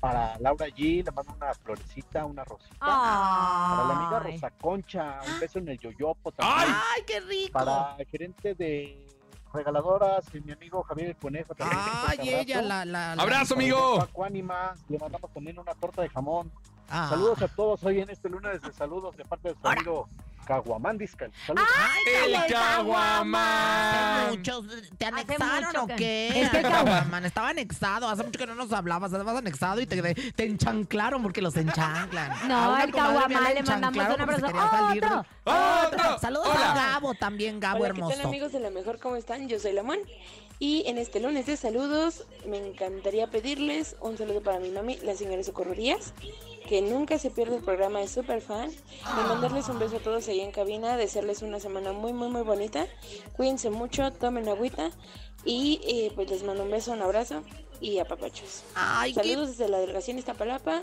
Speaker 7: para Laura G. Le mando una florecita, una rosita. Para la amiga
Speaker 4: Ay.
Speaker 7: Rosa Concha, un beso en el yoyopo
Speaker 3: ¡Ay!
Speaker 7: también.
Speaker 2: ¡Ay, qué rico!
Speaker 7: Para el gerente de regaladoras y mi amigo Javier el Conejo también. un fuerte
Speaker 8: Ay, ella,
Speaker 7: abrazo.
Speaker 8: la, la, la-
Speaker 3: ¡Abrazo,
Speaker 7: Para
Speaker 3: amigo!
Speaker 7: Paco Ánimas, le mandamos también una torta de jamón.
Speaker 2: Ah.
Speaker 7: Saludos a todos hoy en este lunes de saludos de parte de su amigo Caguamandis. Saludos.
Speaker 2: Ah,
Speaker 3: ¡El
Speaker 2: Hace
Speaker 3: caguamán!
Speaker 2: muchos, ¿Te
Speaker 4: Hace
Speaker 2: anexaron
Speaker 4: mucho
Speaker 2: o
Speaker 4: que-
Speaker 2: qué?
Speaker 4: Es que el
Speaker 2: Caguamán estaba anexado. Hace mucho que no nos hablabas. Estabas anexado y te, te enchanclaron porque los enchanclan.
Speaker 4: No,
Speaker 2: A una comadre
Speaker 4: el
Speaker 2: mía la
Speaker 4: Caguamán le mandamos
Speaker 2: enchanclaron
Speaker 4: un
Speaker 2: porque se
Speaker 4: abrazo.
Speaker 2: quería salir.
Speaker 4: ¡Otro!
Speaker 3: ¡Otro!
Speaker 2: Saludos a
Speaker 3: ¡Hola!
Speaker 2: Gabo también,
Speaker 4: Ah,
Speaker 2: Gabo
Speaker 9: Hola, ¿qué tal
Speaker 2: hermoso.
Speaker 9: amigos de la mejor? ¿Cómo están? Yo soy Lamón y en este lunes de saludos me encantaría pedirles un saludo para mi mami, la señora Socorro Díaz, que nunca se pierde el programa de Superfan, y mandarles un beso a todos ahí en cabina, desearles una semana muy, muy, muy bonita, cuídense mucho, tomen agüita y eh, pues les mando un beso, un abrazo y apapachos.
Speaker 2: Ay, qué,
Speaker 9: Saludos desde la delegación Iztapalapa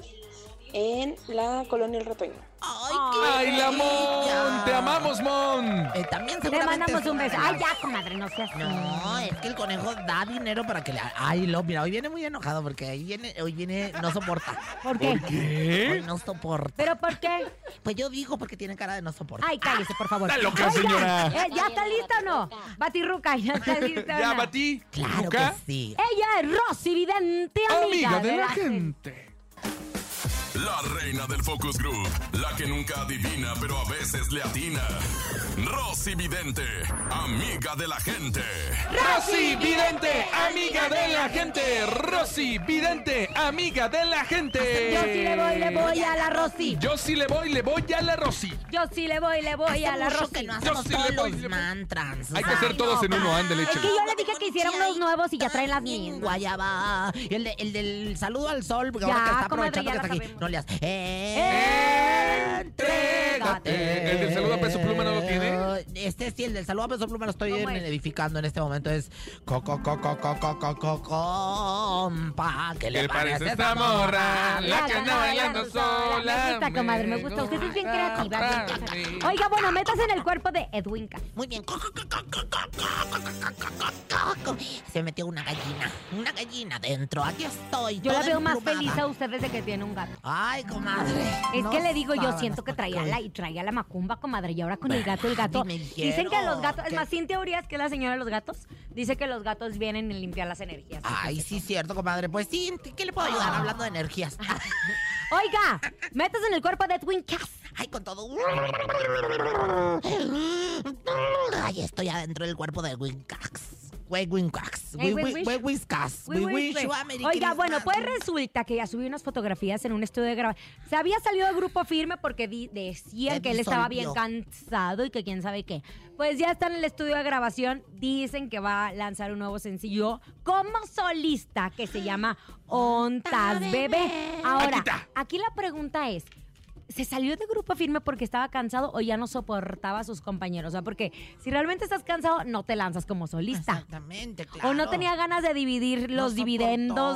Speaker 9: en la colonia El Ratoño.
Speaker 2: ay,
Speaker 3: ¡Ay, la Mon! ¡Te amamos, Mon!
Speaker 2: Eh, también
Speaker 4: Te
Speaker 2: seguramente
Speaker 4: mandamos
Speaker 2: es
Speaker 4: un
Speaker 2: una
Speaker 4: beso.
Speaker 2: de
Speaker 4: Ay,
Speaker 2: las-
Speaker 4: ya, comadre, no seas.
Speaker 2: No, es que el conejo da dinero para que le... Ay, lo, mira, hoy viene muy enojado porque ahí viene, hoy viene, no soporta.
Speaker 4: ¿Por qué?
Speaker 2: Hoy
Speaker 3: ¿Qué?
Speaker 2: no soporta.
Speaker 4: ¿Pero por qué?
Speaker 2: Pues yo digo porque tiene cara de no soporta.
Speaker 4: Ay, cállese, por favor.
Speaker 3: Está loca,
Speaker 4: Oigan,
Speaker 3: señora.
Speaker 4: eh, ¿Ya está lista o no? Batirruca, ya está lista.
Speaker 3: Ya
Speaker 4: Ana.
Speaker 3: batí.
Speaker 2: claro
Speaker 3: Luca,
Speaker 2: que sí.
Speaker 4: Ella es Rosy Vidente, amiga,
Speaker 3: Amiga de la gente.
Speaker 1: La reina del Focus Group, la que nunca adivina pero a veces le atina. Rosy Vidente, amiga de la gente.
Speaker 3: Rosy Vidente, amiga de la gente. Rosy Vidente, amiga de la gente.
Speaker 4: Yo sí le voy, le voy a la Rosy.
Speaker 3: Yo sí le voy, le voy a la Rosy.
Speaker 4: Yo sí le voy, le voy
Speaker 2: Hace
Speaker 4: a la
Speaker 2: mucho
Speaker 4: Rosy.
Speaker 2: que no hacemos
Speaker 3: sí le
Speaker 2: todos
Speaker 3: voy,
Speaker 2: los
Speaker 3: le voy.
Speaker 2: mantras.
Speaker 3: Hay que hacer todos en uno, ándale,
Speaker 4: Es que
Speaker 3: échale.
Speaker 4: yo le dije que hiciera unos nuevos y ya traen las mismas.
Speaker 2: Guayaba. Y el, de- el del saludo al sol, porque
Speaker 4: Ya,
Speaker 2: ahora que está
Speaker 4: comadre,
Speaker 2: aprovechando que
Speaker 4: ya lo
Speaker 2: está aquí.
Speaker 4: sabemos. Eh,
Speaker 2: No le haces.
Speaker 3: Entrégate. Eh, ¿El del saludo a peso pluma no lo tiene?
Speaker 2: Este sí, el del saludo a peso pluma lo estoy
Speaker 4: ¿Cómo
Speaker 2: en-
Speaker 4: es?
Speaker 2: edificando en este momento. Es coco, coco, coco, coco, compa. ¿Qué le parece esta morra?
Speaker 4: La que anda bailando sola. Me gusta, comadre, me gusta. Usted es bien creativa. bien creativa. Oiga, bueno, metas en el cuerpo de Edwin Cass.
Speaker 2: Muy bien. Se metió una gallina. Una gallina dentro. Aquí estoy.
Speaker 4: Yo la
Speaker 2: toda
Speaker 4: veo más
Speaker 2: emplumada.
Speaker 4: feliz a usted desde que tiene un gato.
Speaker 2: Ay, comadre.
Speaker 4: Es
Speaker 2: no
Speaker 4: que le digo, yo
Speaker 2: saben
Speaker 4: siento que
Speaker 2: hasta
Speaker 4: traía
Speaker 2: qué.
Speaker 4: la, y traía la macumba, comadre, y ahora con el gato, el gato.
Speaker 2: Dime,
Speaker 4: Dicen que
Speaker 2: quiero,
Speaker 4: los gatos, es
Speaker 2: ¿qué?
Speaker 4: más, sin teorías que la señora de los gatos, dice que los gatos vienen y limpiar las energías.
Speaker 2: Ay, sí, cierto, comadre. Pues sí, ¿en ¿qué le puedo ayudar hablando de energías?
Speaker 4: Oiga, metas en el cuerpo de Edwin Cass.
Speaker 2: Ay, con todo. Ay, estoy adentro del cuerpo de Wincax. Wey, Wincax. Wey,
Speaker 4: Ey, we
Speaker 2: wey,
Speaker 4: wish-
Speaker 2: wey, Whiskas.
Speaker 4: We
Speaker 2: We
Speaker 4: wish
Speaker 2: wish
Speaker 4: we-
Speaker 2: you a Merry
Speaker 4: Oiga, bueno,
Speaker 2: Christmas.
Speaker 4: pues resulta que ya subí unas fotografías en un estudio de grabación. Se había salido de grupo firme porque di- decían
Speaker 2: Se
Speaker 4: que él estaba bien
Speaker 2: disolvió.
Speaker 4: cansado y que quién sabe qué. Pues ya está en el estudio de grabación. Dicen que va a lanzar un nuevo sencillo como solista que se llama Ontas Bebé. Ahora, aquí la pregunta es. ¿Se salió de grupo firme porque estaba cansado o ya no soportaba a sus compañeros? O sea, porque si realmente estás cansado, no te lanzas como solista.
Speaker 2: Exactamente, claro.
Speaker 4: O no tenía ganas de dividir
Speaker 2: No
Speaker 4: los
Speaker 2: soportó.
Speaker 4: dividendos.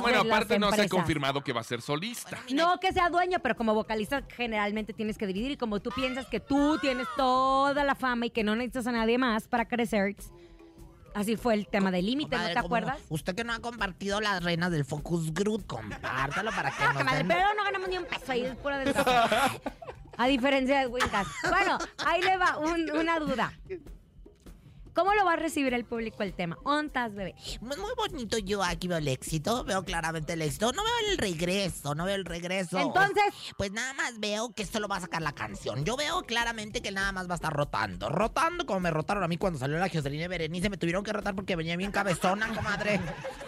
Speaker 2: Bueno,
Speaker 4: de
Speaker 3: Bueno,
Speaker 4: las
Speaker 3: aparte no se ha
Speaker 4: empresas.
Speaker 3: confirmado que va a ser solista.
Speaker 4: No que sea dueño, pero como vocalista generalmente tienes que dividir. Y como tú piensas que tú tienes toda la fama y que no necesitas a nadie más para crecer, así fue el tema del límite, ¿no
Speaker 2: Comadre,
Speaker 4: te
Speaker 2: como
Speaker 4: acuerdas?
Speaker 2: Usted que no ha compartido las reinas del Focus Group, compártalo para que
Speaker 4: Ah,
Speaker 2: nos
Speaker 4: comadre,
Speaker 2: den-
Speaker 4: pero no ganamos ni un peso ahí, es pura desgracia. A diferencia de Winkas. Bueno, ahí le va un- una duda. ¿Cómo lo va a recibir el público el tema? Ontas, bebé.
Speaker 2: Muy, muy bonito yo aquí veo el éxito, veo claramente el éxito. No veo el regreso, no veo el regreso.
Speaker 4: Entonces,
Speaker 2: Pues nada más veo que esto lo va a sacar la canción. Yo veo claramente que nada más va a estar rotando. Rotando como me rotaron a mí cuando salió la Joselina y Berenice. Me tuvieron que rotar porque venía bien cabezona, comadre.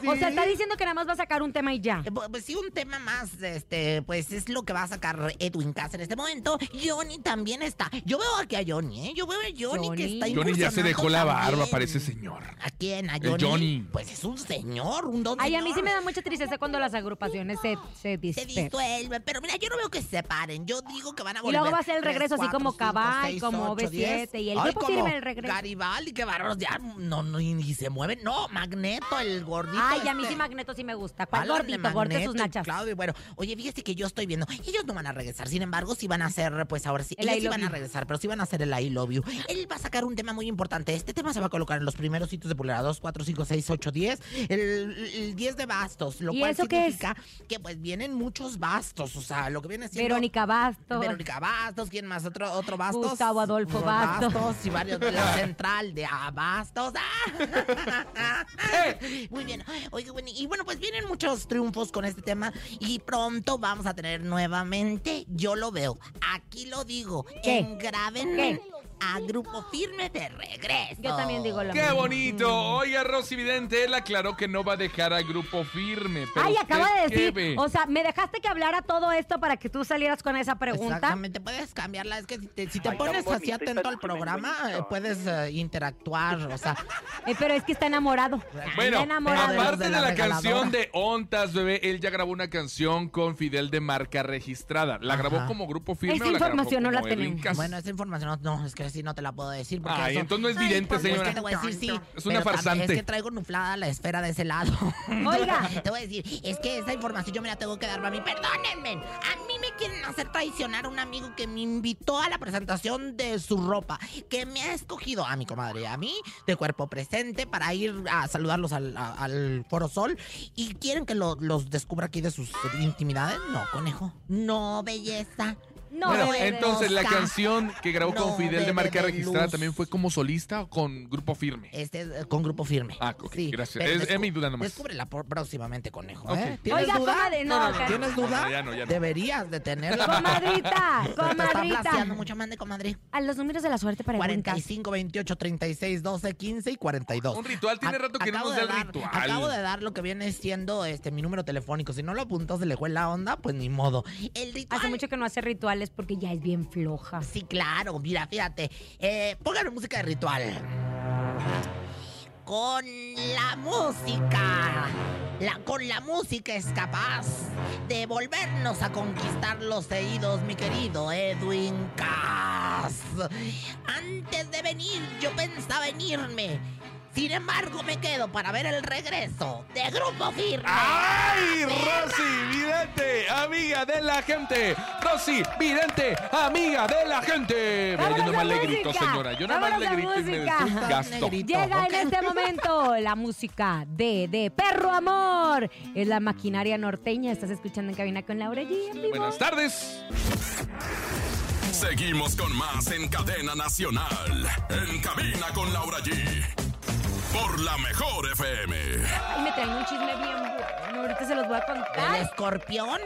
Speaker 4: o sea, está diciendo que nada más va a sacar un tema y ya.
Speaker 2: Eh, pu- Pues sí, un tema más, este, pues es lo que va a sacar Edwin Cass en este momento. Johnny también está. Yo veo aquí a Johnny, ¿eh? Yo veo a Johnny, que está
Speaker 4: Johnny.
Speaker 3: Johnny ya se
Speaker 2: incursionando
Speaker 3: dejó la barba,
Speaker 2: también.
Speaker 3: parece señor.
Speaker 2: ¿A quién? ¿A
Speaker 3: El
Speaker 2: Johnny?
Speaker 3: Johnny.
Speaker 2: Pues es un señor, un don
Speaker 4: Ay, a mí
Speaker 2: señor.
Speaker 4: sí me da mucha tristeza cuando las agrupaciones se, se
Speaker 2: se
Speaker 4: dispersan.
Speaker 2: disuelven, pero mira, yo no veo que se separen. Yo digo que van a
Speaker 4: Y
Speaker 2: volver.
Speaker 4: luego va a ser el regreso así como Cabal,
Speaker 2: Cabal,
Speaker 4: como OV7, y el grupo firme el regreso.
Speaker 2: Garibaldi, qué bárbaros, ya no, no, y ni se mueven. No, Magneto, el gordito.
Speaker 4: Ay, a mí
Speaker 2: este.
Speaker 4: sí Magneto sí me gusta. ¿Cuál
Speaker 2: Hablan de
Speaker 4: gordito? Gorte sus
Speaker 2: Magneto y
Speaker 4: nachas.
Speaker 2: Claudio, y bueno, oye, fíjese que yo estoy viendo, ellos no van a regresar, sin embargo, sí van a hacer, pues ahora sí,
Speaker 4: El
Speaker 2: ellos
Speaker 4: I
Speaker 2: sí
Speaker 4: love
Speaker 2: van a
Speaker 4: you.
Speaker 2: regresar, pero sí van a hacer el I Love You. Él va a sacar un tema muy importante, este tema se va a colocar en los primeros sitios de Pulera 2, 4, 5, 6, 8, 10, el, el 10 de bastos, lo
Speaker 4: ¿Y
Speaker 2: cual
Speaker 4: eso qué es?
Speaker 2: significa que pues vienen muchos bastos, o sea, lo que viene siendo...
Speaker 4: Verónica Basto.
Speaker 2: Verónica Bastos, ¿quién más? Otro, otro Bastos.
Speaker 4: Gustavo Adolfo
Speaker 2: Otro
Speaker 4: Bastos.
Speaker 2: y varios de la central de ah, Bastos. ¡Ah! Muy bien. Oye, bueno, y bueno, pues vienen muchos triunfos con este tema y pronto vamos a tener nuevamente, yo lo veo, aquí lo digo,
Speaker 4: ¿Qué?
Speaker 2: engrábenme a Grupo Firme de regreso.
Speaker 4: Yo también digo lo
Speaker 3: ¡Qué
Speaker 4: mismo.
Speaker 3: bonito! Oiga, Rosy Vidente, él aclaró que no va a dejar al grupo firme. Pero
Speaker 4: Ay,
Speaker 3: ¿usted
Speaker 4: acaba de
Speaker 3: qué ve?
Speaker 4: decir. O sea, me dejaste que hablara todo esto para que tú salieras con esa pregunta.
Speaker 2: Exactamente, puedes cambiarla. Es que si te, si te
Speaker 7: Ay, tan
Speaker 2: pones así
Speaker 7: bonita y
Speaker 2: atento
Speaker 7: tan
Speaker 2: al programa,
Speaker 7: bonita.
Speaker 2: eh, puedes eh, interactuar, o sea,
Speaker 4: Eh, pero es que está enamorado.
Speaker 3: Bueno,
Speaker 4: está enamorado.
Speaker 2: pero-
Speaker 3: aparte
Speaker 2: De
Speaker 3: de la,
Speaker 2: la
Speaker 3: canción
Speaker 2: regaladora.
Speaker 3: de Ontas, bebé, él ya grabó una canción con Fidel de marca registrada. ¿La grabó
Speaker 2: Ajá.
Speaker 3: como grupo firme
Speaker 4: Esa
Speaker 3: o la grabó
Speaker 4: información no la
Speaker 3: como Edwin
Speaker 4: tenemos.
Speaker 3: Cass?
Speaker 2: Bueno, esa información no, no, es que sí no te la puedo decir. Porque
Speaker 3: Ay,
Speaker 2: eso-
Speaker 3: entonces no es vidente,
Speaker 2: pues,
Speaker 3: señora.
Speaker 2: Es que te voy a decir, sí.
Speaker 3: Es una
Speaker 2: pero tam-
Speaker 3: farsante.
Speaker 2: Es que traigo nuflada la esfera de ese lado.
Speaker 4: Oiga.
Speaker 2: Te voy a decir, es que esa información yo me la tengo que dar, mami. Perdónenme. A mí me quieren hacer traicionar a un amigo que me invitó a la presentación de su ropa, que me ha escogido a mi comadre, y a mí, de cuerpo presente, para ir a saludarlos al, a- al Foro Sol. ¿Y quieren que lo- los descubra aquí de sus intimidades? No, conejo. No, belleza.
Speaker 4: No,
Speaker 3: Bueno,
Speaker 4: bebé,
Speaker 3: entonces la
Speaker 2: Oscar.
Speaker 3: canción que grabó con
Speaker 2: No,
Speaker 3: Fidel de
Speaker 2: bebé
Speaker 3: marca
Speaker 2: de
Speaker 3: registrada
Speaker 2: luz.
Speaker 3: también fue como solista o con grupo firme.
Speaker 2: Este es, eh, con grupo firme.
Speaker 3: Ah, ok, gracias.
Speaker 2: pero
Speaker 3: Es- es
Speaker 2: descu-
Speaker 3: mi duda nomás.
Speaker 2: Descúbrela por- próximamente, conejo.
Speaker 3: Ok.
Speaker 2: ¿eh? ¿Tienes
Speaker 4: Oiga,
Speaker 2: duda?
Speaker 4: comadre, no, No, no, no.
Speaker 2: ¿Tienes duda?
Speaker 3: No, ya no, ya no.
Speaker 2: Deberías de tenerla.
Speaker 4: Comadrita,
Speaker 2: Se Te está
Speaker 4: comadrita.
Speaker 2: placeando mucho, mande, comadre.
Speaker 4: A los números de la suerte para el buen caso.
Speaker 2: 45, 28, 36, 12, 15 y 42.
Speaker 3: Un ritual, tiene
Speaker 2: Ac-
Speaker 3: rato que no
Speaker 2: acabo
Speaker 3: nos da
Speaker 2: de
Speaker 3: el
Speaker 2: dar-
Speaker 3: ritual.
Speaker 2: Acabo de dar lo que viene siendo este mi número telefónico. Si no lo apuntó, se le fue la onda, pues ni modo. El ritual.
Speaker 4: Hace mucho que no hace rituales porque ya es bien floja.
Speaker 2: Sí, claro, mira, fíjate. Eh, pónganme música de ritual. Con la música. La, con la música es capaz de volvernos a conquistar los oídos, mi querido Edwin Cass. Antes de venir, yo pensaba en irme. Sin embargo, me quedo para ver el regreso de Grupo Firme.
Speaker 3: ¡Ay, Rosy Vidente, amiga de la gente! Rosy Vidente, amiga de la gente! Mira, yo
Speaker 4: ¡Vámonos
Speaker 3: nomás
Speaker 4: a
Speaker 3: le grito,
Speaker 4: música!
Speaker 3: señora. Yo nomás
Speaker 4: ¡Vámonos
Speaker 3: le
Speaker 4: a
Speaker 3: grito y me
Speaker 4: música!
Speaker 3: desgasto.
Speaker 2: Negrito.
Speaker 4: Llega
Speaker 2: Ok.
Speaker 4: en este momento la música de, de Perro Amor. Es la maquinaria norteña. Estás escuchando en cabina con Laura G. en vivo.
Speaker 3: Buenas tardes.
Speaker 1: Seguimos con más en Cadena Nacional. En cabina con Laura G. Por la mejor FM.
Speaker 4: Ay, me traen un chisme bien bueno. Ahorita se los voy a
Speaker 2: ¿El
Speaker 4: contar.
Speaker 2: escorpión?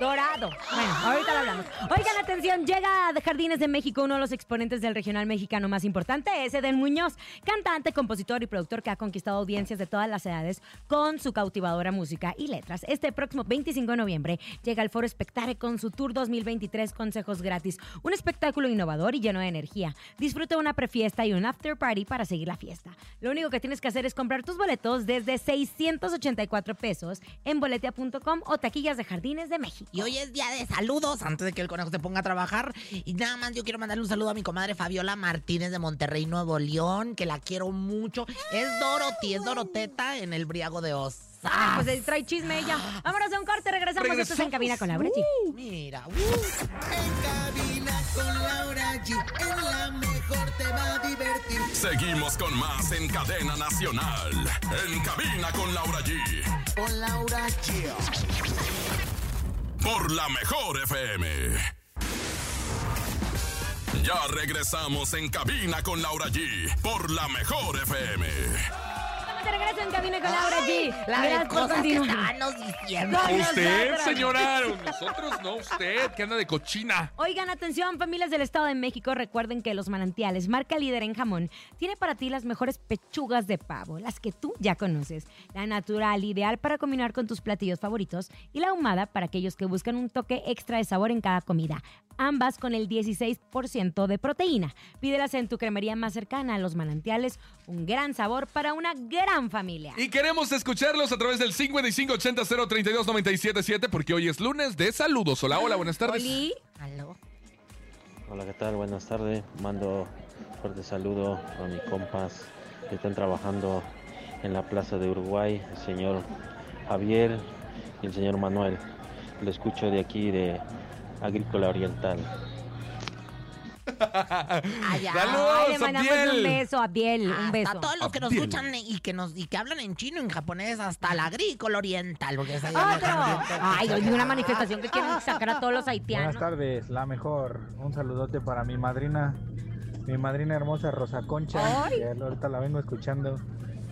Speaker 4: Dorado. Bueno, ahorita lo hablamos. Oigan, atención, llega de Jardines de México uno de los exponentes del regional mexicano más importante, es Eden Muñoz, cantante, compositor y productor que ha conquistado audiencias de todas las edades con su cautivadora música y letras. Este próximo 25 de noviembre llega al Foro Espectare con su Tour 2023 Consejos Gratis, un espectáculo innovador y lleno de energía. Disfruta una prefiesta y un after party para seguir la fiesta. Lo único que tienes que hacer es comprar tus boletos desde 684 pesos en boletia.com o taquillas de Jardines de México.
Speaker 2: Y hoy es día de saludos, antes de que el conejo se ponga a trabajar. Y nada más yo quiero mandarle un saludo a mi comadre Fabiola Martínez de Monterrey, Nuevo León, que la quiero mucho. Es Dorothy, es Doroteta en el Briago de Oz.
Speaker 4: Ah,
Speaker 2: ¡Ah!
Speaker 4: pues ahí trae chisme ella. Vámonos a un corte, regresamos. Esto es en cabina con Laura G.
Speaker 2: Mira, uh.
Speaker 5: En cabina con Laura G. En la mejor te va a divertir.
Speaker 1: Seguimos con más en Cadena Nacional. En cabina con Laura G.
Speaker 5: Con Laura G.
Speaker 1: Por la mejor FM. Ya regresamos en cabina con Laura G por la mejor FM.
Speaker 4: Estamos de regreso en cabina con Laura
Speaker 2: Ay,
Speaker 4: G. pues,
Speaker 2: La
Speaker 4: Gracias
Speaker 2: de
Speaker 4: por
Speaker 2: cosas que
Speaker 4: continuar.
Speaker 2: estábamos diciendo.
Speaker 4: Con
Speaker 3: Usted,
Speaker 4: nosotros.
Speaker 3: señora. Nosotros no, usted, que anda de cochina.
Speaker 4: Oigan, atención, familias del Estado de México, recuerden que Los Manantiales, marca líder en jamón, tiene para ti las mejores pechugas de pavo, las que tú ya conoces. La natural, ideal para combinar con tus platillos favoritos, y la ahumada para aquellos que buscan un toque extra de sabor en cada comida. Ambas con el 16% de proteína. Pídelas en tu cremería más cercana a Los Manantiales, un gran sabor para una gran familia.
Speaker 3: Y queremos escucharlos a través del 5580-032-977 porque hoy es lunes de saludos. Hola, hola, buenas tardes.
Speaker 4: Oli,
Speaker 2: Aló.
Speaker 8: Hola, ¿qué tal? Buenas tardes. Mando fuerte saludo a mis compas que están trabajando en la Plaza de Uruguay, el señor Javier y el señor Manuel. Lo escucho de aquí, de Agrícola Oriental.
Speaker 2: Allá.
Speaker 3: Saludos,
Speaker 4: Ay, le mandamos
Speaker 3: Abdiel.
Speaker 4: un beso, Abdiel, un
Speaker 2: Hasta
Speaker 4: beso.
Speaker 2: A todos los que nos
Speaker 3: Bien.
Speaker 2: escuchan y que nos y que hablan en chino, en japonés, hasta el agrícola oriental. Porque es allá en el
Speaker 4: ¡Otro!
Speaker 2: oriente.
Speaker 4: Ah, Ay, hoy una manifestación que quieren sacar a todos los haitianos.
Speaker 10: Buenas tardes, la mejor. Un saludote para mi madrina, mi madrina hermosa Rosa Concha.
Speaker 4: Ay.
Speaker 10: que ahorita la vengo escuchando.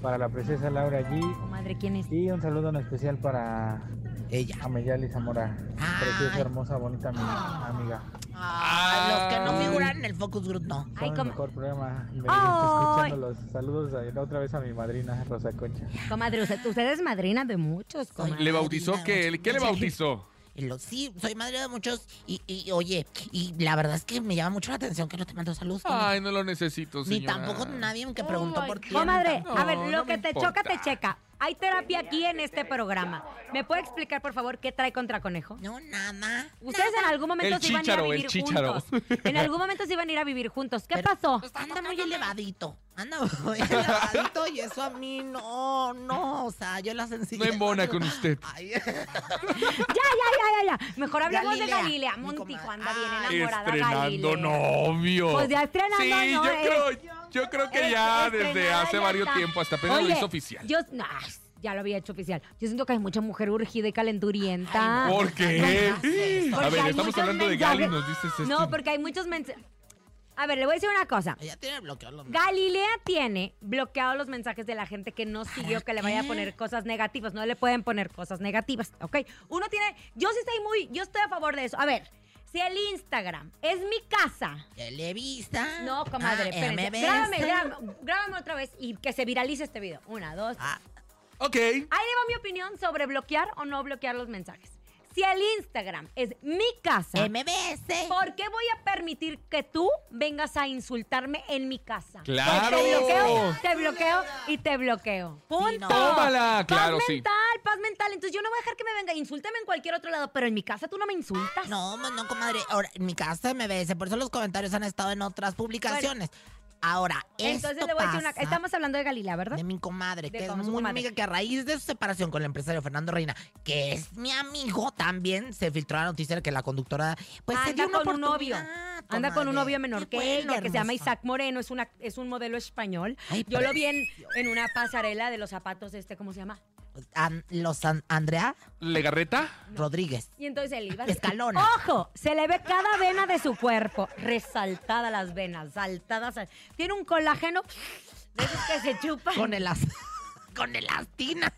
Speaker 10: Para la princesa Laura allí.
Speaker 4: Oh, madre, ¿quién es?
Speaker 10: Y un saludo en especial para
Speaker 2: Ella.
Speaker 10: Ameyali Zamora.
Speaker 2: Ay.
Speaker 10: Preciosa, hermosa, bonita mi amiga.
Speaker 2: Ah, los que no
Speaker 3: Ay.
Speaker 2: figuran en el focus group, no.
Speaker 10: Son
Speaker 4: Ay,
Speaker 10: el
Speaker 4: com-
Speaker 10: mejor programa. Me
Speaker 4: Ay.
Speaker 10: escuchando los saludos a- otra vez a mi madrina Rosa Concha.
Speaker 4: Comadre, usted, usted es madrina de muchos, comadre.
Speaker 3: ¿Le bautizó qué? ¿Qué le bautizó?
Speaker 2: Y lo- sí, soy madre de muchos. Y, y, oye, y la verdad es que me llama mucho la atención que no te mando saludos. comadre.
Speaker 3: Ay, no lo necesito,
Speaker 2: Ni
Speaker 3: señora.
Speaker 2: tampoco nadie que preguntó por ti.
Speaker 4: Comadre,
Speaker 3: No,
Speaker 4: a ver,
Speaker 3: no
Speaker 4: lo
Speaker 3: me
Speaker 4: que te
Speaker 3: importa.
Speaker 4: choca, te checa. Hay terapia aquí en este programa. ¿Me puede explicar, por favor, qué trae contra conejo?
Speaker 2: No, nada.
Speaker 4: Ustedes en algún momento
Speaker 3: El
Speaker 4: se iban a ir a
Speaker 3: chícharo, el
Speaker 4: vivir
Speaker 3: chícharo.
Speaker 4: juntos. En algún momento se iban a ir a vivir juntos. ¿Qué
Speaker 2: Pero,
Speaker 4: pasó?
Speaker 2: pues, anda muy elevadito. Anda muy elevadito y eso a mí no, no. O sea, yo la sencilla.
Speaker 3: No embona con usted.
Speaker 2: Ay,
Speaker 4: Ya, ya, ya, ya, ya. Mejor hablemos
Speaker 2: Galilea,
Speaker 4: de Galilea.
Speaker 2: mi
Speaker 4: Montijo
Speaker 2: comadre.
Speaker 4: anda
Speaker 2: Ay,
Speaker 3: Ah.
Speaker 4: bien enamorada.
Speaker 3: Estrenando
Speaker 4: Galilea.
Speaker 3: novio.
Speaker 4: Pues ya estrenando,
Speaker 3: Sí,
Speaker 4: ¿no?
Speaker 3: yo
Speaker 4: Es-
Speaker 3: creo, yo creo que
Speaker 4: Es-
Speaker 3: ya desde
Speaker 4: Este, estrenada,
Speaker 3: hace
Speaker 4: ya
Speaker 3: varios
Speaker 4: está.
Speaker 3: tiempo, hasta apenas
Speaker 4: Oye,
Speaker 3: lo hizo oficial.
Speaker 4: Yo, no, ay, ya lo había hecho oficial. Yo siento que hay mucha mujer urgida y calenturienta.
Speaker 3: ¿Por qué?
Speaker 4: Porque
Speaker 3: A ver,
Speaker 4: hay
Speaker 3: estamos
Speaker 4: muchos
Speaker 3: hablando de Gali,
Speaker 4: mensajes-
Speaker 3: nos dices esto.
Speaker 4: No, porque hay muchos mensajes. A ver, le voy a decir una cosa.
Speaker 2: ya tiene bloqueado los
Speaker 4: Galilea tiene bloqueados los mensajes de la gente que no siguió que le vaya a poner cosas negativas. No le pueden poner cosas negativas, ¿ok? Uno tiene. Yo sí estoy muy. Yo estoy a favor de eso. A ver, si el Instagram es mi casa.
Speaker 2: Televisa.
Speaker 4: No, comadre,
Speaker 2: Ah,
Speaker 4: espérense.
Speaker 2: MBS.
Speaker 4: Grábame, grábame, grábame otra vez y que se viralice este video. Una, dos.
Speaker 2: Ah,
Speaker 3: Ok.
Speaker 4: Ahí le va mi opinión sobre bloquear o no bloquear los mensajes. Si el Instagram es mi casa,
Speaker 2: MBS.
Speaker 4: ¿por qué voy a permitir que tú vengas a insultarme en mi casa?
Speaker 3: Claro.
Speaker 4: Te bloqueo, te bloqueo y te bloqueo. Punto.
Speaker 2: no.
Speaker 3: Tómala, claro,
Speaker 4: paz
Speaker 3: sí.
Speaker 4: mental, paz mental. Entonces yo no voy a dejar que me venga. Insúltame en cualquier otro lado, pero en mi casa tú no me insultas.
Speaker 2: No, ma- no, comadre. Ahora, en mi casa MBS, por eso los comentarios han estado en otras publicaciones. Ahora,
Speaker 4: Entonces
Speaker 2: esto
Speaker 4: le voy a decir una.
Speaker 2: pasa
Speaker 4: Estamos hablando de Galilea, ¿verdad?
Speaker 2: de mi comadre,
Speaker 4: De
Speaker 2: que es
Speaker 4: famoso
Speaker 2: muy
Speaker 4: comadre.
Speaker 2: amiga, que a raíz de su separación con el empresario Fernando Reina, que es mi amigo también, se filtró la noticia de que la conductora, pues se
Speaker 4: Ah, anda
Speaker 2: dio una
Speaker 4: con un novio.
Speaker 2: oportunidad,
Speaker 4: Anda con
Speaker 2: comadre.
Speaker 4: un novio menor
Speaker 2: Qué
Speaker 4: que
Speaker 2: bueno,
Speaker 4: ella, que se llama
Speaker 2: hermosa.
Speaker 4: Isaac Moreno, es, una, es un modelo español.
Speaker 2: Ay,
Speaker 4: Yo lo vi en, en una pasarela de los zapatos, este, ¿cómo se llama?
Speaker 2: An- los An- Andrea
Speaker 3: ¿Legarreta?
Speaker 2: Rodríguez.
Speaker 4: Y entonces él iba.
Speaker 2: Escalona.
Speaker 4: ¡Ojo! Se le ve cada vena de su cuerpo. Resaltadas las venas, saltadas. sal- Tiene un colágeno de esos que se chupan.
Speaker 2: Con el as con elastina.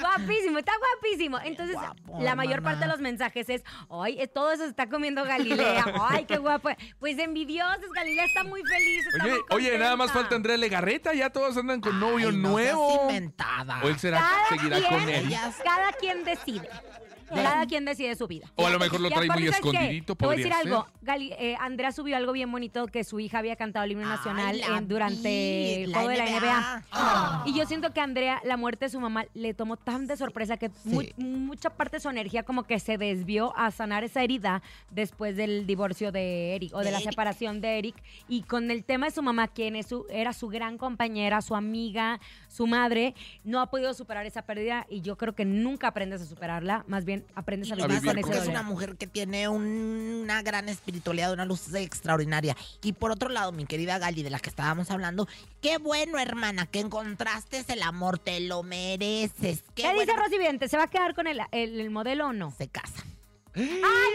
Speaker 4: Guapísimo, está guapísimo. Entonces,
Speaker 2: guapo,
Speaker 4: la mayor
Speaker 2: hermana.
Speaker 4: parte de los mensajes es, ay, eh, todo eso está comiendo Galilea. Ay, qué guapo. Pues envidiosos, Galilea está muy feliz. está
Speaker 3: Oye,
Speaker 4: muy
Speaker 3: oye, nada más
Speaker 4: contenta.
Speaker 3: falta Andrea Legarreta, ya todos andan con novio
Speaker 2: Ay, no seas
Speaker 3: nuevo.
Speaker 2: inventada.
Speaker 3: o él será,
Speaker 4: Cada
Speaker 3: seguirá
Speaker 4: quien,
Speaker 3: con él.
Speaker 2: Ellas-
Speaker 4: Cada quien decide. Cada quien decide su vida.
Speaker 3: O a lo mejor lo
Speaker 4: Y
Speaker 3: trae
Speaker 4: aparte,
Speaker 3: muy
Speaker 4: ¿sabes qué?
Speaker 3: escondidito,
Speaker 4: Te voy a
Speaker 3: podría
Speaker 4: decir algo.
Speaker 3: ser.
Speaker 4: Gali- eh, Andrea subió algo bien bonito que su hija había cantado el himno
Speaker 2: Ay,
Speaker 4: nacional
Speaker 2: la
Speaker 4: en- durante
Speaker 2: vi,
Speaker 4: el
Speaker 2: la
Speaker 4: juego de la
Speaker 2: NBA.
Speaker 4: NBA. Y yo siento que Andrea, la muerte de su mamá, le tomó tan de sorpresa que mu- mucha parte de su energía como que se desvió a sanar esa herida después del divorcio de Eric o de,
Speaker 2: De
Speaker 4: la
Speaker 2: Eric.
Speaker 4: separación de Eric. Y con el tema de su mamá, quien es su- era su gran compañera, su amiga, su madre, no ha podido superar esa pérdida y yo creo que nunca aprendes a superarla, más bien aprendes a
Speaker 2: Y
Speaker 3: A
Speaker 4: vivir
Speaker 2: más
Speaker 3: vivir
Speaker 4: con
Speaker 2: porque
Speaker 4: ese
Speaker 3: con
Speaker 2: es
Speaker 4: dolor.
Speaker 2: una mujer que tiene un- una gran espiritualidad, una luz extraordinaria. Y por otro lado, mi querida Gali, de la que estábamos hablando, qué bueno, hermana, que encontraste el amor, te lo mereces. Qué,
Speaker 4: ¿Qué dice
Speaker 2: bueno
Speaker 4: Rosy Vidente? ¿Se va a quedar con el, el- el modelo o no?
Speaker 2: que se casa.
Speaker 4: Ay,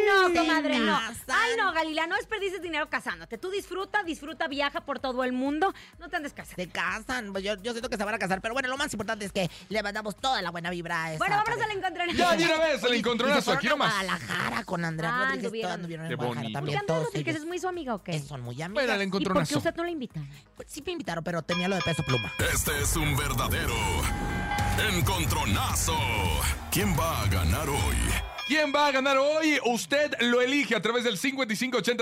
Speaker 4: no, comadre,
Speaker 2: Se
Speaker 4: no.
Speaker 2: casan.
Speaker 4: Ay, no, Galila, no desperdices dinero casándote. Tú disfruta, disfruta, viaja por todo el mundo. No te andes casando.
Speaker 2: Se casan, pues yo, yo siento que se van a casar, pero bueno, lo más importante es que le mandamos toda la buena vibra a esa
Speaker 4: Bueno, vámonos
Speaker 2: pareja.
Speaker 4: al encontronazo.
Speaker 3: Ya, de una vez, el
Speaker 2: Oye, y se
Speaker 3: encontronazo,
Speaker 2: fueron
Speaker 3: aquí
Speaker 2: a
Speaker 3: nomás.
Speaker 2: Guadalajara con Andrea
Speaker 4: Ah,
Speaker 2: Rodríguez,
Speaker 4: anduvieron.
Speaker 2: todas anduvieron en
Speaker 3: Qué
Speaker 2: Guadalajara
Speaker 3: bonito.
Speaker 4: ¿Por qué
Speaker 2: también.
Speaker 4: Andrea
Speaker 2: Todos
Speaker 4: Rodríguez
Speaker 2: ellos
Speaker 4: es muy su amiga o qué?
Speaker 2: que son muy
Speaker 3: Bueno,
Speaker 2: amigas.
Speaker 3: el
Speaker 4: ¿Y por qué
Speaker 3: encontronazo.
Speaker 4: usted no la invita?
Speaker 2: Pues sí me invitaron, pero tenía lo de peso pluma.
Speaker 1: Este es un verdadero encontronazo. ¿Quién va a ganar hoy?
Speaker 3: ¿Quién va a ganar hoy? Usted lo elige a través del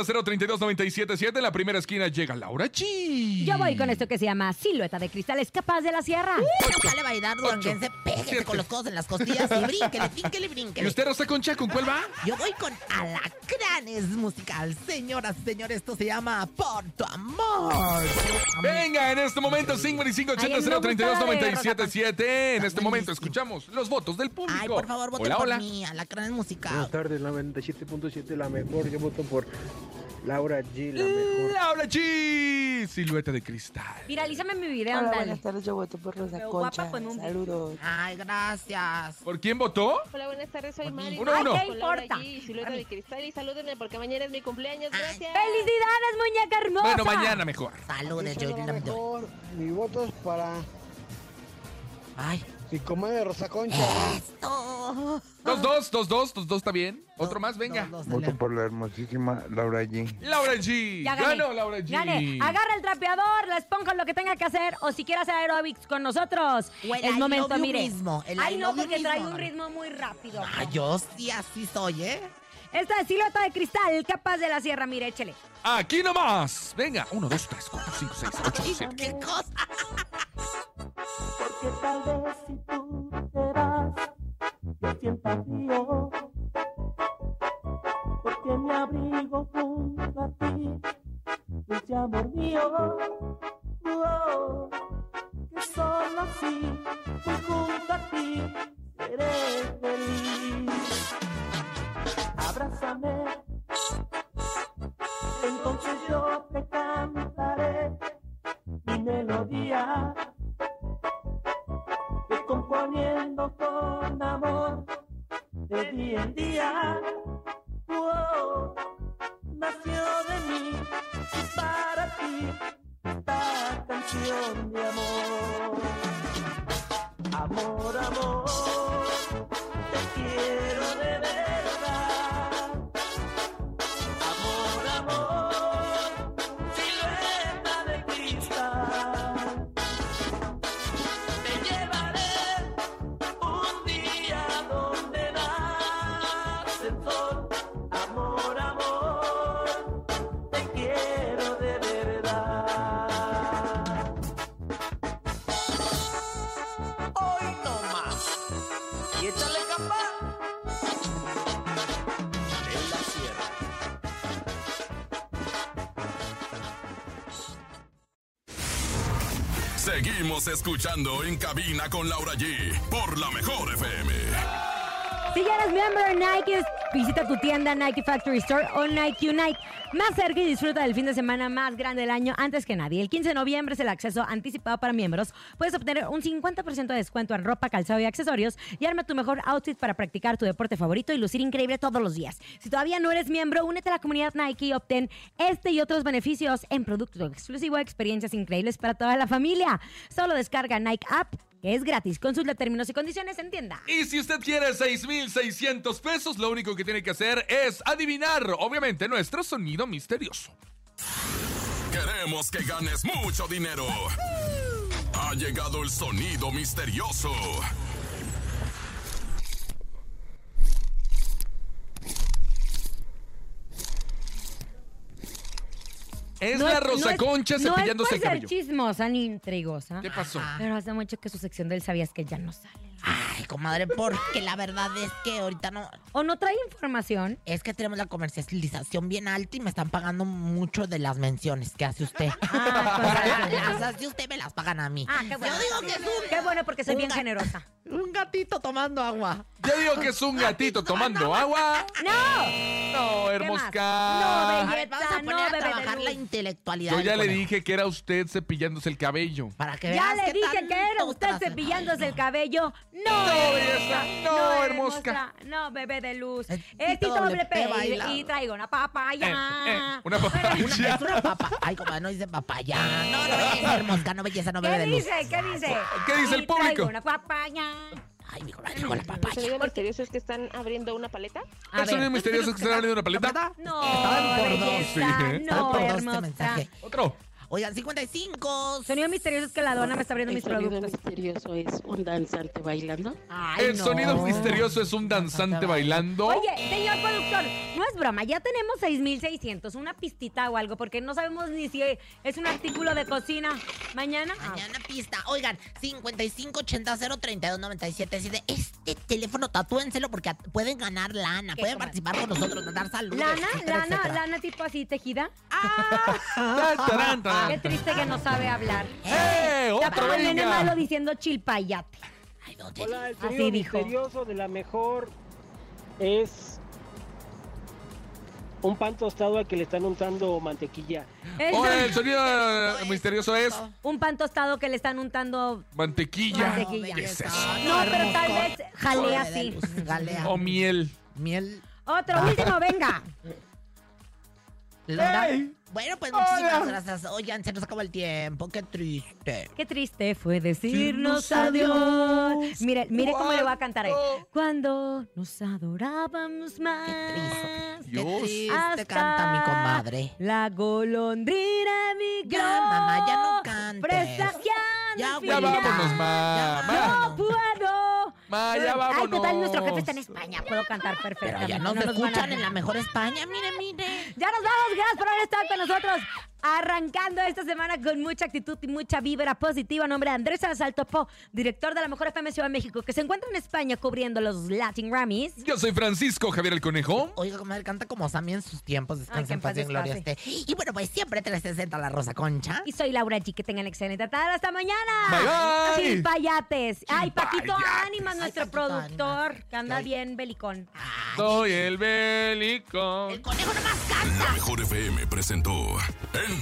Speaker 3: 5580-032-977. En la primera esquina llega Laura G.
Speaker 4: Yo voy con este esto que se llama Silueta de Cristales Capaz de la Sierra.
Speaker 2: Pero sale a bailar duranguense, péguese
Speaker 3: siete.
Speaker 2: con los codos en las costillas y brínquele, brínquele,
Speaker 3: ¿Y
Speaker 2: brínquele.
Speaker 3: usted no está con ¿Con cuál va?
Speaker 2: Yo voy con Alacranes Musical. Señoras y señores, esto se llama Por tu amor.
Speaker 3: Venga, en este momento,
Speaker 4: Ay, a mí me gusta la de Rosa
Speaker 3: 5580-032-977. En este momento escuchamos los votos del público.
Speaker 2: Ay, por favor, voten
Speaker 3: Hola,
Speaker 2: por
Speaker 3: hola.
Speaker 2: mí, Alacranes
Speaker 11: Buenas
Speaker 2: Musical.
Speaker 11: tardes, la 97.7, la mejor. Yo voto por Laura G, la mejor.
Speaker 3: Laura G. Silueta de cristal.
Speaker 4: Viralízame mi video,
Speaker 9: Hola,
Speaker 4: ándale.
Speaker 9: buenas tardes, yo voto por Rosa
Speaker 4: Pero guapa
Speaker 9: Concha.
Speaker 4: con un-
Speaker 9: Saludos.
Speaker 2: Ay, gracias.
Speaker 3: ¿Por quién votó?
Speaker 12: Hola, buenas tardes, soy Mari.
Speaker 3: Uno, uno.
Speaker 12: Con
Speaker 4: Ay, ¿qué
Speaker 12: Laura
Speaker 4: importa?
Speaker 12: G, silueta
Speaker 4: A mí.
Speaker 12: de cristal y salúdenme porque mañana es mi cumpleaños.
Speaker 2: Ay.
Speaker 12: Gracias.
Speaker 4: ¡Felicidades, muñeca hermosa!
Speaker 3: Bueno, mañana mejor.
Speaker 2: Saludos,
Speaker 11: Yo soy la
Speaker 2: Yolanda.
Speaker 11: mejor. Mi voto es para
Speaker 2: Ay,
Speaker 11: mi comadre Rosa Concha.
Speaker 2: esto.
Speaker 3: Dos, dos, dos, dos, dos, dos, está bien. Otro más, venga.
Speaker 2: Dos, dos,
Speaker 11: Voto
Speaker 2: dale.
Speaker 11: por la hermosísima Laura G.
Speaker 3: Laura G.
Speaker 4: Ya gané.
Speaker 3: Ganó Laura G.
Speaker 4: Gané. Agarra el trapeador, la esponja, lo que tenga que hacer. O si quiere hacer aeróbics con nosotros.
Speaker 2: O el
Speaker 4: es
Speaker 2: I
Speaker 4: momento,
Speaker 2: love you
Speaker 4: mire.
Speaker 2: mismo, el
Speaker 4: Ay,
Speaker 2: I
Speaker 4: no,
Speaker 2: love you
Speaker 4: porque trae
Speaker 2: mismo.
Speaker 4: un ritmo muy rápido.
Speaker 2: Ay, yo sí así soy, ¿eh?
Speaker 4: Esta es silueta de cristal, capaz de la sierra, mire, échele.
Speaker 3: Aquí nomás. Venga, uno, dos, tres, cuatro, cinco, seis, ocho,
Speaker 2: ¿Y
Speaker 3: siete.
Speaker 2: qué cosa?
Speaker 5: Porque tal vez si tú te vas, yo sienta frío. Porque me abrigo junto a ti, dulce amor mío. Oh, que solo así, muy junto a ti, seré feliz. Abrázame, entonces yo te cantaré mi melodía voy componiendo con amor de día en día. Oh, nació de mí y para ti esta canción de amor. Amor, amor, te quiero de verdad. Amor, amor, silueta de cristal. Te llevaré un día donde nace el sol. Amor, amor, te quiero de verdad. Hoy no más. Y échale campana. En la sierra.
Speaker 1: Seguimos escuchando en cabina con Laura G por la mejor FM.
Speaker 4: Si ya eres miembro de Nike, visita tu tienda Nike Factory Store o Nike Unite. Más cerca y disfruta del fin de semana más grande del año antes que nadie. El 15 de noviembre es el acceso anticipado para miembros. Puedes obtener un 50% de descuento en ropa, calzado y accesorios y arma tu mejor outfit para practicar tu deporte favorito y lucir increíble todos los días. Si todavía no eres miembro, únete a la comunidad Nike y obtén este y otros beneficios en producto exclusivo, experiencias increíbles para toda la familia. Solo descarga Nike App, que es gratis. Consulta términos y condiciones en tienda.
Speaker 3: Y si usted quiere 6,600 pesos, lo único que tiene que hacer es adivinar, obviamente, nuestro sonido misterioso.
Speaker 1: Queremos que ganes mucho dinero. Ha llegado el sonido misterioso.
Speaker 3: Es
Speaker 4: No
Speaker 3: la
Speaker 4: es- no
Speaker 3: Rosa
Speaker 4: es-
Speaker 3: Concha
Speaker 4: No es
Speaker 3: cepillándose
Speaker 4: por
Speaker 3: el
Speaker 4: ser
Speaker 3: cabello.
Speaker 4: chismosa ni intrigosa. ah,
Speaker 3: ¿Qué pasó?
Speaker 2: Ajá.
Speaker 4: Pero hace mucho que su sección del sabías que ya no sale.
Speaker 2: Ay, comadre, porque la verdad es que ahorita no.
Speaker 4: O no trae información.
Speaker 2: Es que tenemos la comercialización bien alta y me están pagando mucho de las menciones que hace usted.
Speaker 4: Ah,
Speaker 2: O sea,
Speaker 4: con-
Speaker 2: las hace usted, me las pagan a mí.
Speaker 4: Ah, qué bueno.
Speaker 2: Yo digo que es un.
Speaker 4: Qué bueno porque soy bien
Speaker 2: Una-
Speaker 4: generosa.
Speaker 2: Un gatito tomando agua.
Speaker 3: Ya digo que es
Speaker 4: Ah,
Speaker 3: un gatito tomando agua.
Speaker 2: Ah, eh,
Speaker 4: ¡No!
Speaker 3: No, hermosca.
Speaker 2: A ver, vamos a
Speaker 4: Ah. no,
Speaker 2: poner a
Speaker 4: bebé de
Speaker 2: trabajar la
Speaker 4: luz.
Speaker 2: intelectualidad.
Speaker 3: Yo ya
Speaker 2: del
Speaker 3: le
Speaker 2: conejo.
Speaker 3: dije que era usted cepillándose el cabello.
Speaker 2: Para que
Speaker 4: Ya
Speaker 2: veas
Speaker 4: le
Speaker 2: qué
Speaker 4: dije
Speaker 2: tanto
Speaker 4: que era usted
Speaker 2: gustas.
Speaker 4: cepillándose el cabello. No,
Speaker 3: No, belleza,
Speaker 4: hermosa,
Speaker 3: no, hermosca.
Speaker 4: No, bebé de luz.
Speaker 2: Es
Speaker 4: Es
Speaker 2: Tito
Speaker 4: Tito doble
Speaker 2: doble P
Speaker 4: P
Speaker 2: bailado.
Speaker 4: y- y traigo una
Speaker 3: Eh, eh,
Speaker 4: papaya.
Speaker 3: una
Speaker 2: Una,
Speaker 3: papaya.
Speaker 2: es una papa. Ay, como no dice papaya. No, no es hermosa, no belleza, no bebe
Speaker 4: ¿Qué
Speaker 2: de luz.
Speaker 4: Ah. dice? ¿Qué dice?
Speaker 3: ¿Qué dice el
Speaker 4: Y
Speaker 3: público?
Speaker 4: Traigo una papaya.
Speaker 2: Ay, mi corazón con
Speaker 12: Los
Speaker 2: la
Speaker 12: sonidos
Speaker 2: papaya.
Speaker 12: misteriosos es que están abriendo una paleta.
Speaker 4: A
Speaker 3: ¿El sonido
Speaker 4: ver.
Speaker 3: misterioso que está abriendo una paleta?
Speaker 4: No,
Speaker 2: Estaban por dos,
Speaker 4: belleza,
Speaker 3: sí, ¿eh?
Speaker 2: Estaba
Speaker 4: no,
Speaker 2: por dos este
Speaker 4: hermosa.
Speaker 2: mensaje.
Speaker 3: Otro.
Speaker 2: Oigan, 55.
Speaker 4: Sonido misterioso es que la dona me está abriendo
Speaker 9: El
Speaker 4: mis
Speaker 9: sonido
Speaker 4: productos.
Speaker 9: misterioso es un danzante bailando.
Speaker 2: Ay,
Speaker 3: El
Speaker 2: no. Ah,
Speaker 3: sonido misterioso es un danzante bailando.
Speaker 4: Oye, señor productor, no es broma, ya tenemos 6,600, una pistita o algo, porque no sabemos ni si es un artículo de cocina. Mañana. ah,
Speaker 2: Mañana pista. Oigan, 5580032977. Este teléfono tatúenselo porque at- pueden ganar lana.
Speaker 4: ¿Qué,
Speaker 2: Pueden
Speaker 4: comadre?
Speaker 2: participar con nosotros, mandar saludos.
Speaker 4: Lana,
Speaker 2: etcétera,
Speaker 4: lana,
Speaker 2: etcétera.
Speaker 4: lana tipo así tejida. Ah,
Speaker 3: Tarán, tarán, tarán.
Speaker 4: Qué triste que no sabe hablar.
Speaker 3: ¡Eh!
Speaker 4: Está
Speaker 3: ¡Otro,
Speaker 4: como el nene
Speaker 3: venga!
Speaker 4: malo diciendo chilpayate.
Speaker 2: Ay, no te
Speaker 11: Hola, el
Speaker 4: Así
Speaker 11: sonido
Speaker 4: dijo.
Speaker 11: misterioso de la mejor es un pan tostado al que le están untando mantequilla.
Speaker 4: Es
Speaker 3: Oye,
Speaker 4: un-
Speaker 3: el sonido misterioso es
Speaker 4: un pan tostado que le están untando.
Speaker 3: mantequilla
Speaker 4: Mantequilla.
Speaker 3: ¿Qué es
Speaker 4: No, pero tal
Speaker 2: Ah, hermoso.
Speaker 4: vez jalea
Speaker 2: Bebé de
Speaker 4: así.
Speaker 2: luz, Jalea.
Speaker 3: o miel.
Speaker 2: Miel.
Speaker 4: Otro, último, venga.
Speaker 2: lana.
Speaker 3: ¡Ey!
Speaker 2: Bueno, pues muchísimas gracias. Oigan, se nos acabó el tiempo. Qué triste.
Speaker 4: Qué triste fue decirnos adiós. Mire, mire cómo le voy a cantar ahí. Cuando nos adorábamos más.
Speaker 2: Qué
Speaker 3: Dios.
Speaker 2: triste
Speaker 4: Hasta
Speaker 2: canta mi comadre.
Speaker 4: La golondrina migró.
Speaker 2: Ya, mamá, ya no cantes.
Speaker 4: Presagiando
Speaker 2: Ya,
Speaker 3: Ya
Speaker 4: el
Speaker 2: Mira.
Speaker 4: final.
Speaker 3: vámonos, ma. ma,
Speaker 4: No puedo.
Speaker 3: ma, ya vámonos.
Speaker 4: Ay, total, nuestro jefe está en España. Puedo cantar
Speaker 2: Pero
Speaker 4: perfectamente.
Speaker 2: ya nos
Speaker 4: No nos van a-
Speaker 2: escuchan en la mejor España. Mire, mire.
Speaker 4: Ya nos vamos, gracias por haber estado con nosotros. Arrancando esta semana con mucha actitud y mucha vibra positiva. A Nombre de Andrés Salazar Topo, director de la Mejor FM Ciudad de México, que se encuentra en España cubriendo los Latin Grammys.
Speaker 3: Yo soy Francisco Javier el Conejo.
Speaker 2: Oiga, comadre, canta como Sammy en sus tiempos.
Speaker 4: Ay, que
Speaker 2: Descansa
Speaker 4: en
Speaker 2: en paz y en
Speaker 4: paz
Speaker 2: gloria
Speaker 4: descanse.
Speaker 2: esté. Y bueno, pues siempre 360 la Rosa Concha.
Speaker 4: Y soy Laura G. Que tengan excelente tarde. ¡Hasta mañana!
Speaker 3: Bye, bye.
Speaker 4: Chilpayates. Ay, Paquito
Speaker 3: Chilpayates.
Speaker 4: Ánimas, nuestro
Speaker 2: Ay, Paquito
Speaker 4: productor,
Speaker 2: Ánimas.
Speaker 4: que anda
Speaker 2: Ay.
Speaker 4: bien belicón.
Speaker 3: Soy el bélico.
Speaker 2: El conejo nomás canta.
Speaker 1: La Mejor FM presentó En